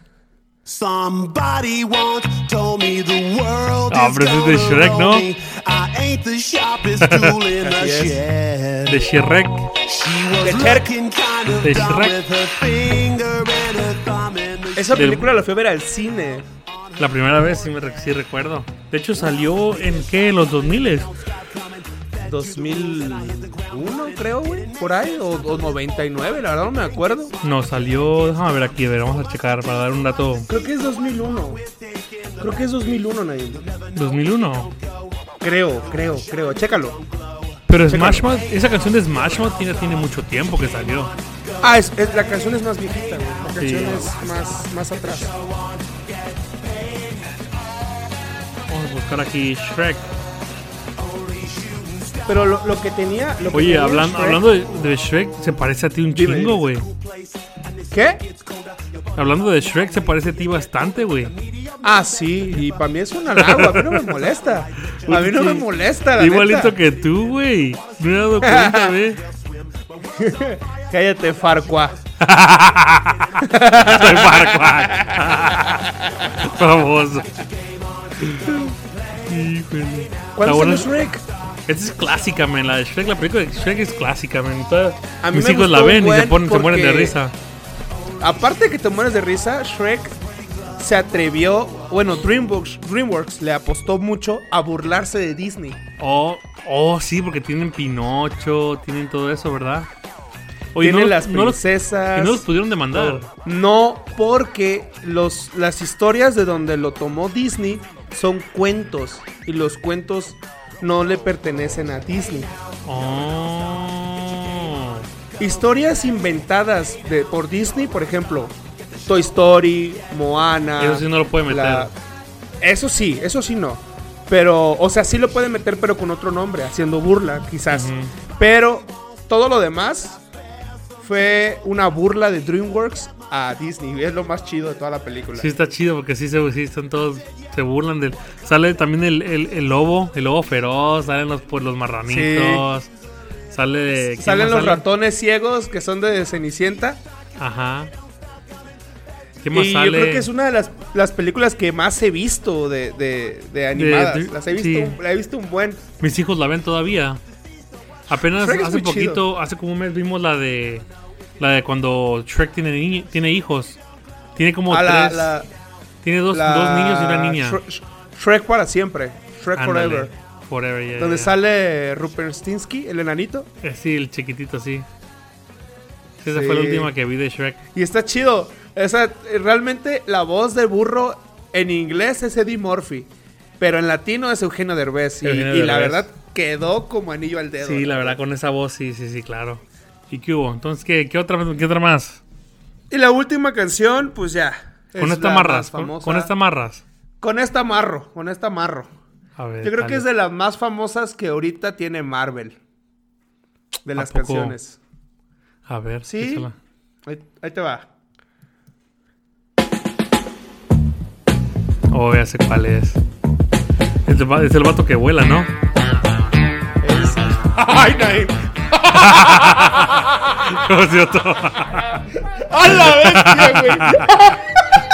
Speaker 6: Somebody once told me the world
Speaker 5: Ah,
Speaker 6: is
Speaker 5: pero eso es de
Speaker 6: gonna
Speaker 5: Shrek,
Speaker 6: roll
Speaker 5: ¿no?
Speaker 6: me. I ain't the sharpest tool in the
Speaker 4: Así es.
Speaker 6: shed.
Speaker 5: De Shrek.
Speaker 6: She was
Speaker 4: De Shrek.
Speaker 6: looking kind of
Speaker 5: De
Speaker 6: dumb
Speaker 5: Shrek.
Speaker 6: with her finger and her thumb in the
Speaker 4: Esa
Speaker 5: Del-
Speaker 4: película la fui a ver al cine.
Speaker 5: La primera vez sí, me, re- sí recuerdo. De hecho salió en qué? Los 2000
Speaker 4: 2001, creo, güey. Por ahí. O, o 99, la verdad no me acuerdo.
Speaker 5: No, salió. Déjame ver aquí, a ver, vamos a checar para dar un dato.
Speaker 4: Creo que es 2001. Creo que es 2001, Naim.
Speaker 5: 2001.
Speaker 4: Creo, creo, creo. Chécalo.
Speaker 5: Pero Smash Mouth, esa canción de Smash Mouth tiene, tiene mucho tiempo que salió.
Speaker 4: Ah, es, es- la canción es más viejita, güey. La
Speaker 5: Sí.
Speaker 4: canción es más, más atrás.
Speaker 5: Vamos a buscar aquí Shrek.
Speaker 4: Pero lo, lo que tenía. Lo que
Speaker 5: Oye,
Speaker 4: tenía
Speaker 5: hablan-
Speaker 4: Shrek-
Speaker 5: hablando de, de Shrek, se parece a ti un
Speaker 4: Dime,
Speaker 5: chingo,
Speaker 4: dime.
Speaker 5: güey.
Speaker 4: ¿Qué?
Speaker 5: Hablando de Shrek, se parece a ti bastante, güey.
Speaker 4: Ah, sí. Y para mí es un halago. A mí no me molesta. A mí no me molesta. La
Speaker 5: Igualito
Speaker 4: neta.
Speaker 5: que tú, güey. No me he dado cuenta, güey.
Speaker 4: Cállate, Farqua.
Speaker 5: Soy Farquaad. Famoso. Híjole. Está
Speaker 4: ¿Cuándo
Speaker 5: buena.
Speaker 4: salió Shrek?
Speaker 5: Esta es clásica, man. La de Shrek, la película de Shrek es clásica, man. Todas-
Speaker 4: A mí
Speaker 5: mis
Speaker 4: me
Speaker 5: hijos la
Speaker 4: gustó un
Speaker 5: ven y se,
Speaker 4: buen
Speaker 5: ponen, se mueren de
Speaker 4: porque-
Speaker 5: risa.
Speaker 4: Aparte de que te mueres de risa, Shrek se atrevió. Bueno, DreamWorks, DreamWorks le apostó mucho a burlarse de Disney.
Speaker 5: Oh, oh, sí, porque tienen Pinocho, tienen todo eso, ¿verdad? Oye,
Speaker 4: Tienen
Speaker 5: los-
Speaker 4: las
Speaker 5: los-
Speaker 4: princesas.
Speaker 5: y no los pudieron demandar.
Speaker 4: No, porque los, las historias de donde lo tomó Disney son cuentos y los cuentos no le pertenecen a Disney.
Speaker 5: Oh.
Speaker 4: Historias inventadas de, por Disney, por ejemplo, Toy Story, Moana.
Speaker 5: Eso sí no lo puede meter.
Speaker 4: eso sí, eso sí no. Pero, o sea, sí lo puede meter, pero con otro nombre, haciendo burla, quizás.
Speaker 5: Ujú.
Speaker 4: Pero todo lo demás fue una burla de DreamWorks a Disney. Es lo más chido de toda la película.
Speaker 5: Sí está chido porque sí se sí están todos se burlan del sale también el, el, el lobo, el lobo feroz, salen los pues los marranitos. Sale ¿quién
Speaker 4: Salen
Speaker 5: más
Speaker 4: los
Speaker 5: sale?
Speaker 4: ratones ciegos que son de Cenicienta.
Speaker 5: Ajá. ¿Qué más
Speaker 4: Y
Speaker 5: sale?
Speaker 4: yo creo que es una de las, las películas que más he visto de, de, de animadas.
Speaker 5: Dr-
Speaker 4: las he visto,
Speaker 5: sí.
Speaker 4: un- la he visto un buen.
Speaker 5: Mis hijos la ven todavía. Apenas
Speaker 4: Shrek es
Speaker 5: hace
Speaker 4: muy chido.
Speaker 5: poquito, hace como un mes vimos la de la de cuando Shrek tiene niña- tiene hijos. Tiene como
Speaker 4: a Ah, la-
Speaker 5: tres,
Speaker 4: la-
Speaker 5: tiene dos,
Speaker 4: la
Speaker 5: dos niños y una niña.
Speaker 4: Shre- Shrek para siempre. Shrek
Speaker 5: Ándale.
Speaker 4: Forever.
Speaker 5: Forever, ya,
Speaker 4: Donde
Speaker 5: ya.
Speaker 4: sale Rupert Stinsky, el enanito.
Speaker 5: Eh, Sí, el chiquitito, sí. Sí, Esa fue la
Speaker 4: Sí.
Speaker 5: última que vi de Shrek.
Speaker 4: Y está chido. Esa, realmente la voz del burro en inglés es Eddie Murphy. Pero en latino es Eugenio Derbez. Y,
Speaker 5: Eugenio
Speaker 4: y la
Speaker 5: Derbez.
Speaker 4: verdad quedó como anillo al dedo.
Speaker 5: Sí, la verdad, con esa voz, sí, sí, sí, claro. ¿Y qué hubo? Entonces, ¿qué, qué, otra, qué otra más?
Speaker 4: Y la última canción, pues ya.
Speaker 5: Con
Speaker 4: es
Speaker 5: esta
Speaker 4: la
Speaker 5: marras,
Speaker 4: más
Speaker 5: con,
Speaker 4: famosa.
Speaker 5: con esta marras.
Speaker 4: Con esta amarro, con esta amarro.
Speaker 5: A ver.
Speaker 4: Yo creo
Speaker 5: dale.
Speaker 4: que es de las más famosas que ahorita tiene Marvel. De
Speaker 5: ¿A
Speaker 4: las
Speaker 5: poco?
Speaker 4: canciones.
Speaker 5: A ver,
Speaker 4: Sí.
Speaker 5: échala.
Speaker 4: Ahí, ahí te va.
Speaker 5: Oh, ya sé cuál es. Es el, va- es el vato que vuela, ¿no? eh.
Speaker 4: Es- ¡Ay, Naim!
Speaker 5: Como si otro-
Speaker 4: ¡A la bestia, güey!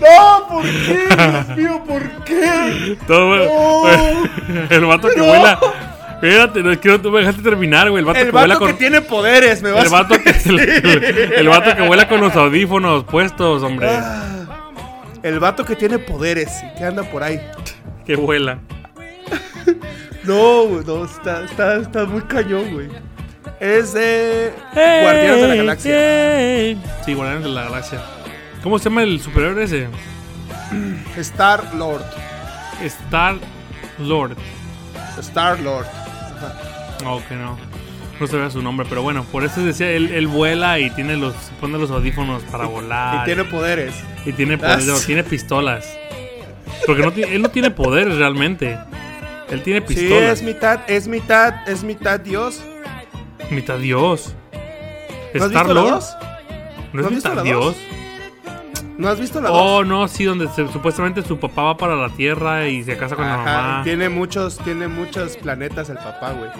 Speaker 4: ¡No! ¿Por qué? ¡Dios mío, por qué!
Speaker 5: todo- el vato que
Speaker 4: No.
Speaker 5: vuela. Fíjate, no, es que no te- me dejaste terminar, güey. El vato
Speaker 4: El
Speaker 5: que vuela
Speaker 4: vato
Speaker 5: con.
Speaker 4: que tiene poderes, me vas
Speaker 5: el, vato que, el, el vato que vuela con los audífonos puestos, hombre.
Speaker 4: Ah. El vato que tiene poderes y que anda por ahí.
Speaker 5: Que vuela.
Speaker 4: No, güey, no, está, está, está muy cañón, güey. Es de
Speaker 5: Eh,
Speaker 4: Guardianes de la Galaxia.
Speaker 5: Sí, Guardianes de la Galaxia. ¿Cómo se llama el superhéroe ese?
Speaker 4: Star Lord.
Speaker 5: Star Lord.
Speaker 4: Star Lord.
Speaker 5: Oh, que no. No sabía su nombre, pero bueno, por eso decía, él, él vuela y tiene los, se pone los audífonos para volar.
Speaker 4: Y tiene poderes.
Speaker 5: y tiene poder-
Speaker 4: Ah,
Speaker 5: no,
Speaker 4: sí.
Speaker 5: tiene pistolas. Porque no, ti- él no tiene poderes realmente. Él tiene
Speaker 4: Sí,
Speaker 5: pistolas.
Speaker 4: es mitad, es mitad, es mitad Dios.
Speaker 5: Mitad Dios.
Speaker 4: ¿No
Speaker 5: Star
Speaker 4: has visto la
Speaker 5: Lord.
Speaker 4: dos?
Speaker 5: ¿No
Speaker 4: ¿No
Speaker 5: es
Speaker 4: has visto
Speaker 5: mitad
Speaker 4: la
Speaker 5: Dios?
Speaker 4: dos? ¿No has visto la dos?
Speaker 5: Oh, no, sí, donde se- supuestamente su papá va para la tierra y se casa con la
Speaker 4: Ajá,
Speaker 5: mamá.
Speaker 4: tiene muchos, tiene muchos planetas el papá, güey.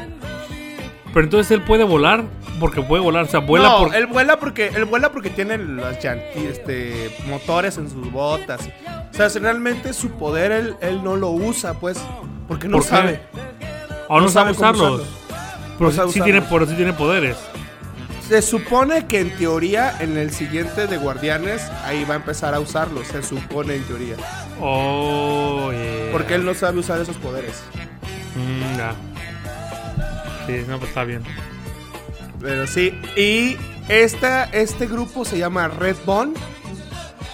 Speaker 5: Pero entonces él puede volar porque puede volar, o sea, vuela
Speaker 4: no,
Speaker 5: por
Speaker 4: él vuela porque él vuela porque tiene los llant- este, motores en sus botas. O sea, si realmente su poder él, él no lo usa, pues, porque no
Speaker 5: ¿Por qué?
Speaker 4: sabe.
Speaker 5: o no
Speaker 4: no
Speaker 5: sabe
Speaker 4: sabe cómo
Speaker 5: usarlos. Pero
Speaker 4: No sabe
Speaker 5: sí, tiene,
Speaker 4: usarlos.
Speaker 5: por, sí tiene poderes.
Speaker 4: Se supone que en teoría en el siguiente de Guardianes ahí va a empezar a usarlos, se supone en teoría,
Speaker 5: Oh, yeah.
Speaker 4: porque él no sabe usar esos poderes.
Speaker 5: Mm, ya. Sí, no, pues está bien.
Speaker 4: Pero sí, y esta este grupo se llama Red Bone.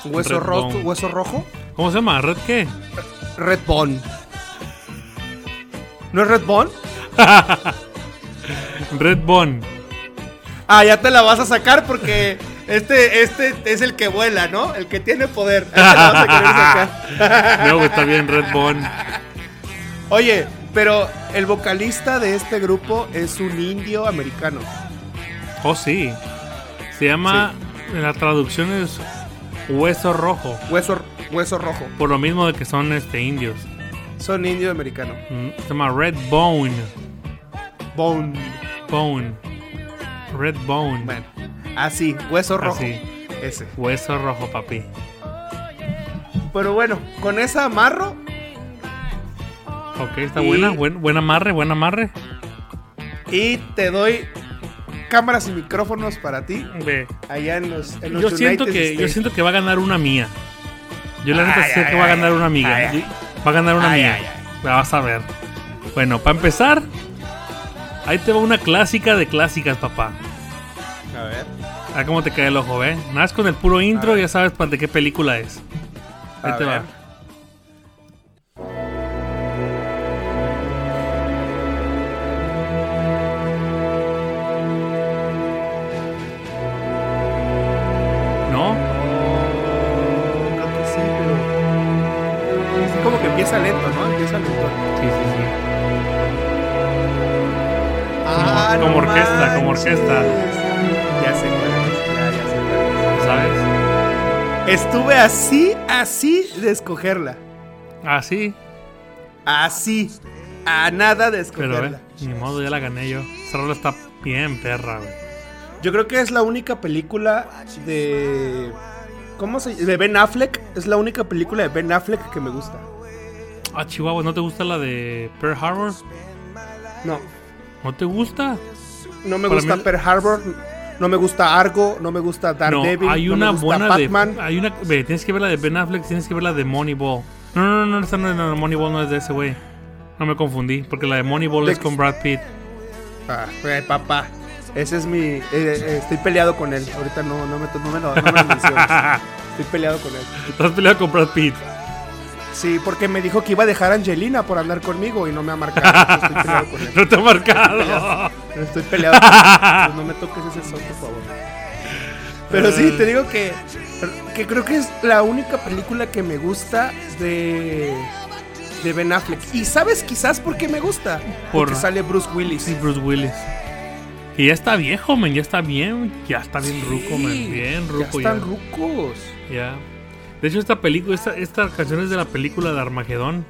Speaker 4: Hueso,
Speaker 5: Red
Speaker 4: rojo,
Speaker 5: Bone.
Speaker 4: hueso rojo.
Speaker 5: ¿Cómo se llama? ¿Red qué?
Speaker 4: Red Bone. ¿No es Red Bone?
Speaker 5: Red Bone.
Speaker 4: Ah, ya te la vas a sacar porque este, este es el que vuela, ¿no? El que tiene poder. Ahí te la vas a querer sacar.
Speaker 5: no, pues está bien, Red Bone.
Speaker 4: Oye, pero el vocalista de este grupo es un indio americano.
Speaker 5: Oh, sí. Se llama, en la traducción es Hueso Rojo.
Speaker 4: Hueso, hueso rojo.
Speaker 5: Por lo mismo de que son este indios.
Speaker 4: Son indio americano.
Speaker 5: Mm, Se llama Red Bone.
Speaker 4: Bone.
Speaker 5: Bone. Red Bone.
Speaker 4: Bueno. Así, hueso rojo.
Speaker 5: Así.
Speaker 4: Ese.
Speaker 5: Hueso rojo, papi.
Speaker 4: Pero bueno, con esa amarro.
Speaker 5: Ok, está
Speaker 4: Y-
Speaker 5: buena, buen, buen amarre, buen amarre.
Speaker 4: Y te doy cámaras y micrófonos para ti. Allá en los. En los
Speaker 5: Yo siento
Speaker 4: United
Speaker 5: que yo
Speaker 4: States.
Speaker 5: siento que va a ganar una mía. Yo la neta
Speaker 4: Ay,
Speaker 5: sé
Speaker 4: ay,
Speaker 5: que va a
Speaker 4: ay,
Speaker 5: ganar una amiga.
Speaker 4: ay, ay.
Speaker 5: Yo- Va a ganar una
Speaker 4: Ay,
Speaker 5: mía.
Speaker 4: ay,
Speaker 5: La vas a ver. Bueno, para empezar, ahí te va una clásica de clásicas, papá.
Speaker 4: A ver.
Speaker 5: Ah, cómo te cae el ojo, ¿eh? Nada más con el puro intro, ya sabes para de qué película es. Ahí
Speaker 4: A
Speaker 5: te
Speaker 4: ver.
Speaker 5: va. ¿No?
Speaker 4: Creo que sí, pero. Es como que empieza lento, ¿no? Empieza lento.
Speaker 5: Sí, sí, sí.
Speaker 4: Ah,
Speaker 5: como orquesta, como orquesta.
Speaker 4: Ya sé cuál es, ya, ya sé cuál
Speaker 5: ¿Sabes?
Speaker 4: es. Estuve así, así de escogerla.
Speaker 5: Ah, sí.
Speaker 4: Así. A nada de
Speaker 5: Pero, eh,
Speaker 4: escogerla.
Speaker 5: ni modo, ya la gané yo. Esa rola está bien perra, güey.
Speaker 4: Yo creo que es la única película de. ¿Cómo se De Ben Affleck. Es la única película de Ben Affleck que me gusta.
Speaker 5: Ah, Chihuahua, ¿no te gusta la de Pearl Harbor?
Speaker 4: No.
Speaker 5: ¿No te gusta?
Speaker 4: No me
Speaker 5: Para
Speaker 4: gusta
Speaker 5: mí-
Speaker 4: Pearl Harbor. No me gusta Argo. No me gusta
Speaker 5: no,
Speaker 4: Daredevil.
Speaker 5: hay
Speaker 4: no
Speaker 5: una
Speaker 4: me gusta
Speaker 5: buena
Speaker 4: Batman.
Speaker 5: de. Hay una, ve, tienes que ver la de Ben Affleck, tienes que ver la de Moneyball. No, no, no, no, esa no, es- no, Moneyball no es de ese güey. No me confundí, porque la de Moneyball
Speaker 4: De-
Speaker 5: es con Brad Pitt.
Speaker 4: Ah, eh, papá. Ese es mi. eh, eh, estoy peleado con él. Ahorita no, no, me, no me lo no me lo menciones. Estoy peleado con él.
Speaker 5: Estás peleado con Brad Pitt.
Speaker 4: Sí, porque me dijo que iba a dejar a Angelina por andar conmigo y no me ha marcado. Entonces Estoy peleado con él.
Speaker 5: no te ha marcado.
Speaker 4: Estoy peleado. Pues no me toques ese son, por favor. Pero sí, te digo que, que creo que es la única película que me gusta de, de Ben Affleck. Y sabes quizás por qué me gusta.
Speaker 5: Por-
Speaker 4: Porque sale Bruce Willis.
Speaker 5: Sí, Bruce Willis. Que ya está viejo, men, ya está bien. Ya está bien ruco, men. Bien ruco
Speaker 4: ya
Speaker 5: ya.
Speaker 4: están rucos.
Speaker 5: ya. De hecho, esta película, esta, esta canción es de la película de Armagedón.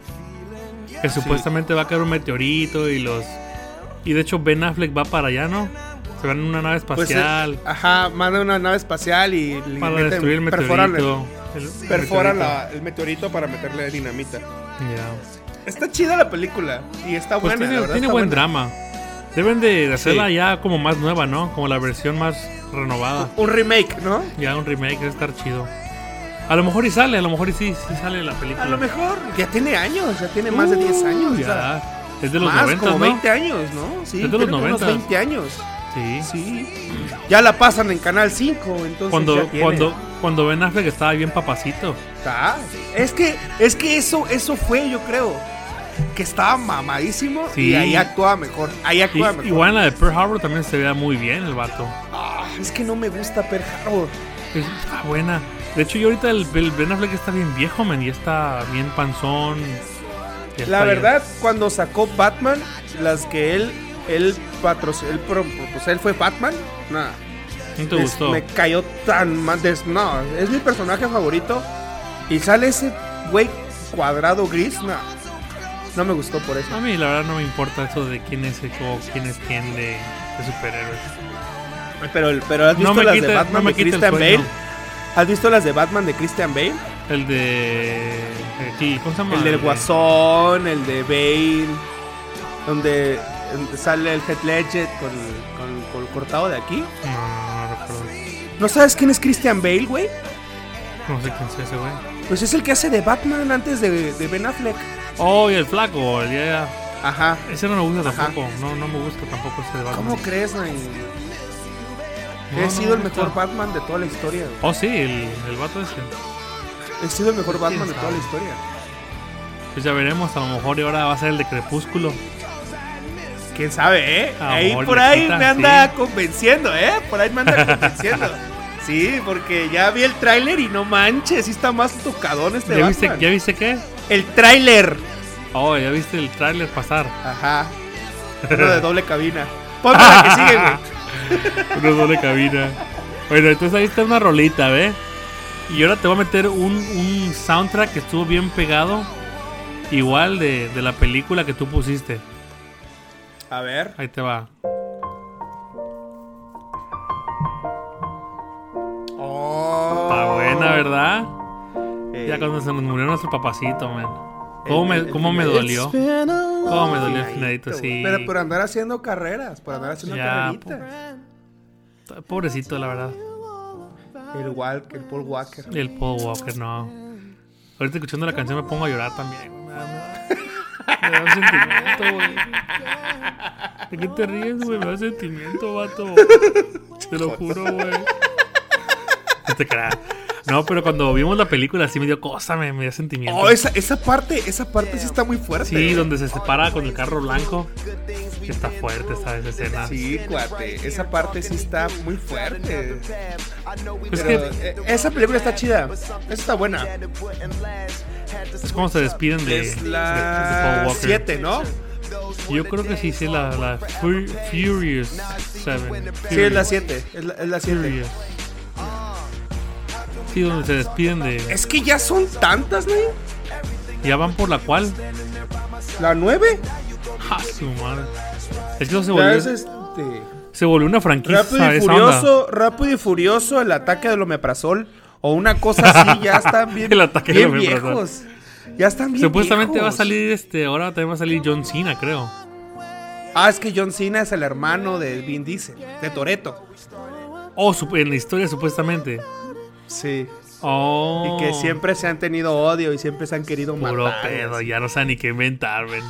Speaker 5: Que supuestamente va a caer un meteorito y los. Y de hecho, Ben Affleck va para allá, ¿no? Se van en una nave
Speaker 4: Pues, eh,
Speaker 5: espacial
Speaker 4: ajá, manda una nave espacial y le
Speaker 5: para
Speaker 4: meten-
Speaker 5: destruir el
Speaker 4: perforan,
Speaker 5: meteorito. El- el
Speaker 4: perforan
Speaker 5: meteorito.
Speaker 4: la- el meteorito para meterle dinamita.
Speaker 5: Ya.
Speaker 4: Está chida la película y está
Speaker 5: Pues
Speaker 4: buena. la
Speaker 5: tiene,
Speaker 4: verdad
Speaker 5: tiene
Speaker 4: está
Speaker 5: buen
Speaker 4: buena.
Speaker 5: drama. Deben de de hacerla
Speaker 4: Sí.
Speaker 5: ya como más nueva, ¿no? Como la versión más renovada.
Speaker 4: Un remake, ¿no?
Speaker 5: Ya un remake debe estar chido. A lo mejor y sale, a lo mejor y sí, sí sale la película.
Speaker 4: A lo mejor ya tiene años, ya tiene más de 10 años.
Speaker 5: Ya.
Speaker 4: o sea,
Speaker 5: Es de los
Speaker 4: más,
Speaker 5: 90,
Speaker 4: como
Speaker 5: ¿no?
Speaker 4: 20 años, ¿no?
Speaker 5: Es
Speaker 4: Sí,
Speaker 5: de los
Speaker 4: creo que unos
Speaker 5: 90.
Speaker 4: 20 años.
Speaker 5: Sí.
Speaker 4: Sí. Ya la pasan en Canal 5, entonces
Speaker 5: Cuando,
Speaker 4: ya tiene.
Speaker 5: cuando, cuando Ben Affleck estaba bien papacito.
Speaker 4: Está. Es que es que eso eso fue, yo creo, que estaba mamadísimo
Speaker 5: Sí.
Speaker 4: y ahí actuaba mejor. Ahí
Speaker 5: Y,
Speaker 4: actuaba mejor.
Speaker 5: igual en la de Pearl Harbor también se veía muy bien el vato.
Speaker 4: Ah, es que no me gusta Pearl Harbor.
Speaker 5: Es- Está buena. De hecho, yo ahorita el, el Ben Affleck está bien viejo, man. Y está bien panzón. Ya está
Speaker 4: La
Speaker 5: ya-
Speaker 4: verdad, cuando sacó Batman, las que él él patrocinó, él, pro- pues él fue Batman, nada.
Speaker 5: ¿No te
Speaker 4: Des-
Speaker 5: gustó?
Speaker 4: Me cayó tan mal. des- no, es mi personaje favorito. Y sale ese güey cuadrado gris. No, no me gustó por eso.
Speaker 5: A mí la verdad no me importa eso de quién es el- o quién es quién de, de superhéroes.
Speaker 4: Pero, el- pero ¿has visto
Speaker 5: No me
Speaker 4: las de
Speaker 5: quita-
Speaker 4: Batman
Speaker 5: no me
Speaker 4: de
Speaker 5: quita el
Speaker 4: Christian Bale?
Speaker 5: sueño.
Speaker 4: ¿Has visto las de Batman de Christian Bale?
Speaker 5: El de... eh, sí, ¿Cómo se llama?
Speaker 4: El del
Speaker 5: de-
Speaker 4: Guasón, el de Bale. Donde eh, sale el Head Ledger con, con- con el cortado de aquí.
Speaker 5: No, no, no recuerdo.
Speaker 4: ¿No sabes quién es Christian Bale, güey?
Speaker 5: No sé quién es ese güey.
Speaker 4: Pues es el que hace de Batman antes de, de Ben Affleck.
Speaker 5: Oh, y el flaco. el- ya, ya.
Speaker 4: Ajá.
Speaker 5: Ese no me gusta
Speaker 4: Ajá.
Speaker 5: tampoco. No, no me gusta tampoco ese de Batman.
Speaker 4: ¿Cómo crees, Nain?
Speaker 5: No,
Speaker 4: He
Speaker 5: no
Speaker 4: sido el
Speaker 5: me gusta.
Speaker 4: mejor Batman de toda la historia. güey.
Speaker 5: Oh, sí, el, el vato ese.
Speaker 4: He sido el mejor Batman de toda
Speaker 5: sabe?
Speaker 4: la historia.
Speaker 5: Pues ya veremos. A lo mejor y ahora va a ser el de Crepúsculo.
Speaker 4: Quién sabe, ¿eh?
Speaker 5: A
Speaker 4: ahí
Speaker 5: amor,
Speaker 4: por ahí
Speaker 5: Lupita,
Speaker 4: me anda
Speaker 5: sí.
Speaker 4: convenciendo, ¿eh? Por ahí me anda convenciendo. sí, porque ya vi el tráiler y no manches, sí está más tocadón este
Speaker 5: ¿Ya
Speaker 4: Batman.
Speaker 5: viste, ¿Ya viste qué?
Speaker 4: El tráiler.
Speaker 5: Oh, ya viste el tráiler pasar.
Speaker 4: Ajá. Uno de doble cabina. Ponme la que sigue, güey.
Speaker 5: Una doble cabina. Bueno, entonces ahí está una rolita, ¿ve? Y ahora te voy a meter un, un soundtrack que estuvo bien pegado. Igual de, de la película que tú pusiste.
Speaker 4: A ver.
Speaker 5: Ahí te va.
Speaker 4: Oh.
Speaker 5: Está buena, ¿verdad?
Speaker 4: Ey.
Speaker 5: Ya cuando se nos murió nuestro papacito, man. ¿Cómo
Speaker 4: El-
Speaker 5: me,
Speaker 4: el- el
Speaker 5: cómo me
Speaker 4: final.
Speaker 5: dolió? ¿Cómo me dolió el finalito?
Speaker 4: güey.
Speaker 5: Sí.
Speaker 4: Pero por andar haciendo carreras, por andar haciendo
Speaker 5: Ya,
Speaker 4: carreritas.
Speaker 5: Pobrecito, la verdad. pues.
Speaker 4: El Walker, el Paul Walker.
Speaker 5: El Paul Walker, no. Ahorita escuchando la canción me pongo a llorar también. Me da, me da un sentimiento, güey. ¿De qué te ríes, güey? Me da sentimiento, vato. Te lo juro, güey. te creas. No, pero cuando vimos la película sí me dio cosa, me, me dio sentimiento.
Speaker 4: Oh, esa, esa parte, esa parte sí está muy fuerte.
Speaker 5: Sí, donde se separa con el carro blanco. Está fuerte esta esa escena.
Speaker 4: Sí, cuate, esa parte sí está muy fuerte.
Speaker 5: Pues
Speaker 4: Pero,
Speaker 5: que-
Speaker 4: eh, esa película está chida. Esa está buena.
Speaker 5: Es como se despiden de,
Speaker 4: Es
Speaker 5: de- de Paul
Speaker 4: la
Speaker 5: Walker.
Speaker 4: 7, ¿no?
Speaker 5: Yo creo que sí, sí, la, la Fu- Furious 7.
Speaker 4: Sí, es la 7. Es la- es la 7.
Speaker 5: Sí, donde se despiden de.
Speaker 4: Es que ya son tantas, ¿no?
Speaker 5: Ya van por la cual.
Speaker 4: La 9.
Speaker 5: ¡Ja, su madre! Es que eso se
Speaker 4: Ya
Speaker 5: volvió,
Speaker 4: es este.
Speaker 5: se volvió una franquicia.
Speaker 4: Rápido y
Speaker 5: esa onda.
Speaker 4: furioso, rápido y furioso, el ataque del omeprazol. O una cosa así, ya están bien,
Speaker 5: El ataque
Speaker 4: bien
Speaker 5: del omeprazol.
Speaker 4: viejos. Ya están bien
Speaker 5: Supuestamente va a
Speaker 4: viejos.
Speaker 5: salir este. Ahora también va a salir John Cena, creo.
Speaker 4: Ah, es que John Cena es el hermano de Vin Diesel, de Toreto.
Speaker 5: Oh, sup- en la historia, supuestamente.
Speaker 4: Sí.
Speaker 5: Oh.
Speaker 4: Y que siempre se han tenido odio y siempre se han querido
Speaker 5: Puro
Speaker 4: matar.
Speaker 5: pedo, ya no saben ni qué inventar, ven.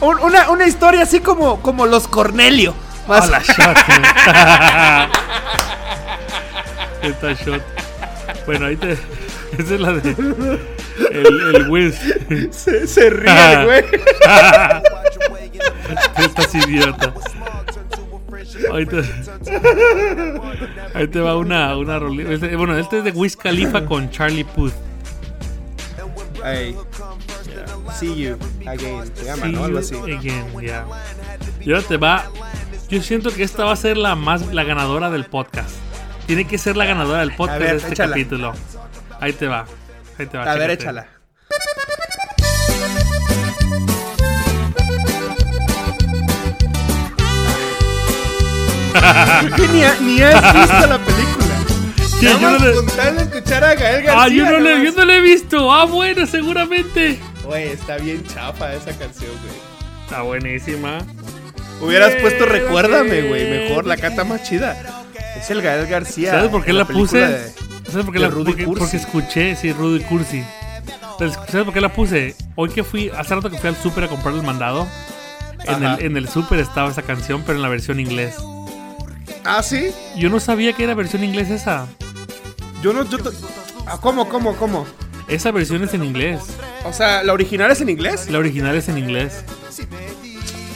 Speaker 4: Un- una, una historia así como, como los Cornelio. Más-
Speaker 5: Hola, shot. Esta shot. Bueno, ahí te. Esa es la de. El, el Wiz.
Speaker 4: se, se ríe, el güey.
Speaker 5: Estás idiota. Ahí te, ahí te va una, una rolita. Este- bueno, este es de Wiz Khalifa con Charlie Puth.
Speaker 4: Ay. See you again. Se llama,
Speaker 5: See
Speaker 4: ¿no? Algo
Speaker 5: you
Speaker 4: así.
Speaker 5: again, yeah. Y ahora te va. Yo siento que esta va a ser la más la ganadora del podcast. Tiene que ser la ganadora del podcast
Speaker 4: ver,
Speaker 5: de este
Speaker 4: échala.
Speaker 5: capítulo. Ahí te va. Ahí te va.
Speaker 4: A ver,
Speaker 5: chécate.
Speaker 4: échala. Porque ni, ha- ni has visto la película.
Speaker 5: Sí,
Speaker 4: Nada
Speaker 5: yo no
Speaker 4: más
Speaker 5: le-
Speaker 4: con tal de escuchar a Gael García.
Speaker 5: Ah, yo no, le, yo
Speaker 4: pues, nomás.
Speaker 5: no le he visto. Ah, bueno, seguramente.
Speaker 4: Güey, está bien chafa esa canción, güey.
Speaker 5: Está buenísima.
Speaker 4: Hubieras puesto
Speaker 5: Quiérame.
Speaker 4: Recuérdame, güey. Mejor la canta más chida. Es el Gael García.
Speaker 5: ¿Sabes por qué
Speaker 4: de
Speaker 5: la puse?
Speaker 4: película de-
Speaker 5: ¿Sabes por qué la
Speaker 4: de Rudy
Speaker 5: porque,
Speaker 4: Cursi.
Speaker 5: porque escuché, sí, Rudy Cursi. Entonces, ¿Sabes por qué la puse? Hoy que fui, hace rato que fui al súper a comprar el mandado. En
Speaker 4: Ajá.
Speaker 5: el, en el súper estaba esa canción, pero en la versión inglés.
Speaker 4: Ah, sí.
Speaker 5: Yo no sabía que era versión inglés esa.
Speaker 4: Yo no. Yo to- Ah, ¿Cómo, cómo, cómo?
Speaker 5: Esa versión es en inglés.
Speaker 4: O sea, ¿la original es en inglés?
Speaker 5: La original es en inglés.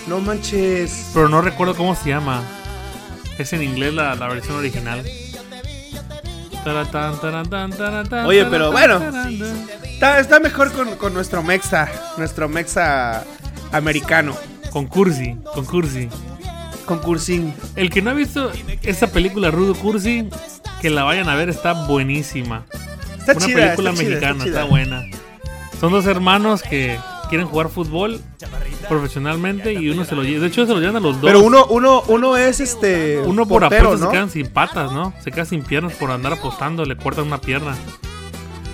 Speaker 4: No manches.
Speaker 5: Pero no recuerdo cómo se llama. Es en inglés la, la versión original. Taratán, taratán, taratán,
Speaker 4: Oye, pero
Speaker 5: taratán,
Speaker 4: bueno.
Speaker 5: taratán.
Speaker 4: Está, está mejor con, con nuestro Mexa. Nuestro Mexa americano.
Speaker 5: Con Cursi, con Cursi.
Speaker 4: Con Cursín.
Speaker 5: El que no ha visto esa película Rudo Cursi, que la vayan a ver, está buenísima.
Speaker 4: Está
Speaker 5: Una
Speaker 4: chida.
Speaker 5: película
Speaker 4: está chida,
Speaker 5: mexicana,
Speaker 4: chida.
Speaker 5: está buena. Son dos hermanos que quieren jugar fútbol profesionalmente y uno se lo lleva. De hecho, se lo llevan a los dos.
Speaker 4: Pero uno, uno, uno es este.
Speaker 5: Uno por
Speaker 4: portero,
Speaker 5: apuestas
Speaker 4: ¿no?
Speaker 5: se quedan sin patas, ¿no? Se queda sin piernas por andar apostando, le cortan una pierna.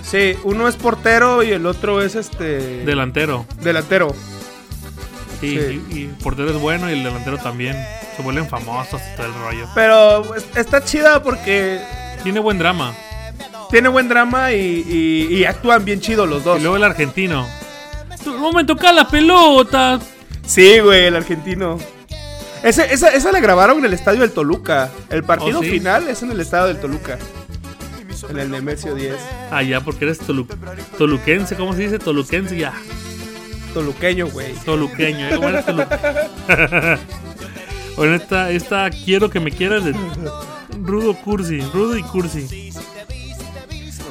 Speaker 4: Sí, uno es portero y el otro es este.
Speaker 5: Delantero.
Speaker 4: delantero.
Speaker 5: Sí,
Speaker 4: Sí.
Speaker 5: Y, y el portero es bueno y el delantero también. Se vuelven famosos y todo el rollo.
Speaker 4: Pero pues, está chida porque
Speaker 5: Tiene buen drama.
Speaker 4: tiene buen drama y, y- y actúan bien chido los dos.
Speaker 5: Y luego el argentino. ¡Tú, ¡No me toca la pelota!
Speaker 4: Sí, güey, el argentino. Ese- esa, esa la grabaron en el estadio del Toluca. El partido
Speaker 5: Oh, sí.
Speaker 4: final es en el estadio del Toluca. En el Nemesio 10.
Speaker 5: Ah, ya, porque eres tolu- toluquense. ¿Cómo se dice? Toluquense, ya.
Speaker 4: Toluqueño, güey.
Speaker 5: Toluqueño. ¿eh? ¿Cómo eres tolu- bueno, esta, esta quiero que me quieras de Rudo Cursi. Rudo y Cursi.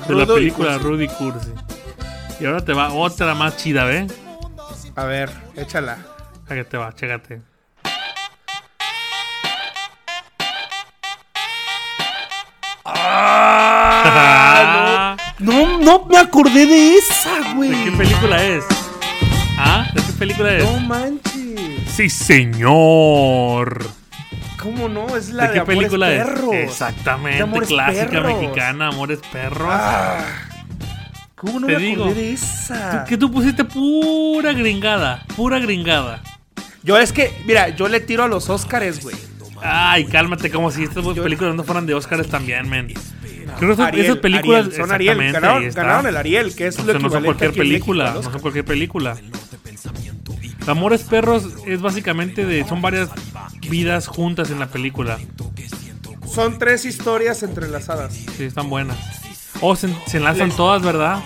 Speaker 5: De la
Speaker 4: Rudo y
Speaker 5: película
Speaker 4: Cursi.
Speaker 5: Rudy Cursi. Y ahora te va otra más chida, ¿ve?
Speaker 4: A ver, échala.
Speaker 5: Acá te va, chécate. Ah,
Speaker 4: No, no me acordé de esa, güey.
Speaker 5: ¿De qué película es? ¿Ah? ¿De qué película es?
Speaker 4: No manches.
Speaker 5: Sí, señor.
Speaker 4: ¿Cómo no? Es la
Speaker 5: ¿De
Speaker 4: de,
Speaker 5: qué
Speaker 4: Amores
Speaker 5: película es?
Speaker 4: Perros. De
Speaker 5: Exactamente,
Speaker 4: Amores
Speaker 5: clásica
Speaker 4: Perros. Ah.
Speaker 5: mexicana, Amores Perros.
Speaker 4: ¿Cómo no
Speaker 5: Te
Speaker 4: me
Speaker 5: digo.
Speaker 4: acordé de esa?
Speaker 5: que tú pusiste pura gringada, pura gringada.
Speaker 4: Yo es que, mira, yo le tiro a los Óscares, güey.
Speaker 5: Ay, cálmate, como si estas
Speaker 4: Yo-
Speaker 5: películas no fueran de Oscars también, men. Creo que esas-
Speaker 4: Ariel,
Speaker 5: esas películas
Speaker 4: Ariel, son Ariel.
Speaker 5: exactamente, ahí
Speaker 4: Ganaron,
Speaker 5: está.
Speaker 4: ganaron el Ariel, que es
Speaker 5: O
Speaker 4: lo
Speaker 5: sea, no son
Speaker 4: equivalente
Speaker 5: cualquier
Speaker 4: aquí en México
Speaker 5: película,
Speaker 4: al
Speaker 5: no
Speaker 4: Oscar.
Speaker 5: son cualquier película. Amores Perros es básicamente de son varias vidas juntas en la película.
Speaker 4: Son tres historias entrelazadas.
Speaker 5: Sí, están buenas. Oh, se, se enlazan todas, ¿verdad?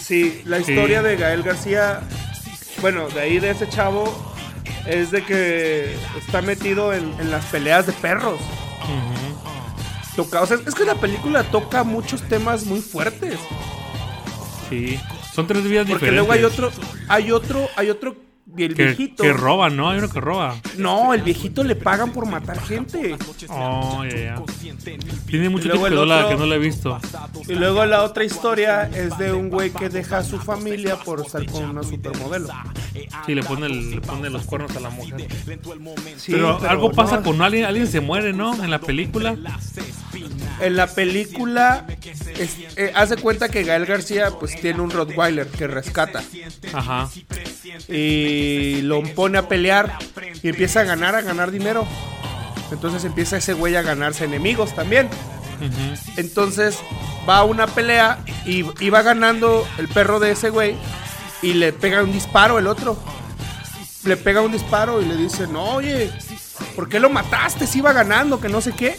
Speaker 4: Sí, la
Speaker 5: Sí.
Speaker 4: historia de Gael García, bueno, de ahí de ese chavo, es de que está metido en, en las peleas de perros. Toca, o sea, es que la película toca muchos temas muy fuertes.
Speaker 5: Sí. Son tres vidas
Speaker 4: Porque
Speaker 5: diferentes.
Speaker 4: luego hay otro, hay otro, hay otro, y el
Speaker 5: que,
Speaker 4: viejito.
Speaker 5: que roba, ¿no? Hay uno que roba.
Speaker 4: no, el viejito le pagan por matar gente.
Speaker 5: Oh, ya, ya. Tiene mucho tiempo
Speaker 4: luego
Speaker 5: que
Speaker 4: el
Speaker 5: no la-
Speaker 4: otro-
Speaker 5: que no la he visto.
Speaker 4: Y luego la otra historia es de un güey que deja a su familia por estar con una supermodelo.
Speaker 5: Sí, le pone, el- le pone los cuernos a la mujer.
Speaker 4: Sí,
Speaker 5: pero, algo
Speaker 4: no,
Speaker 5: pasa con alguien, alguien se muere, ¿no? En la película.
Speaker 4: En la película es- eh, hace cuenta que Gael García pues tiene un Rottweiler que rescata
Speaker 5: Ajá.
Speaker 4: y lo pone a pelear y empieza a ganar, a ganar dinero. Entonces empieza ese güey a ganarse enemigos también. Entonces va a una pelea y, y va ganando el perro de ese güey y le pega un disparo el otro. Le pega un disparo y le dice, no, oye, ¿por qué lo mataste si iba ganando? Que no sé qué.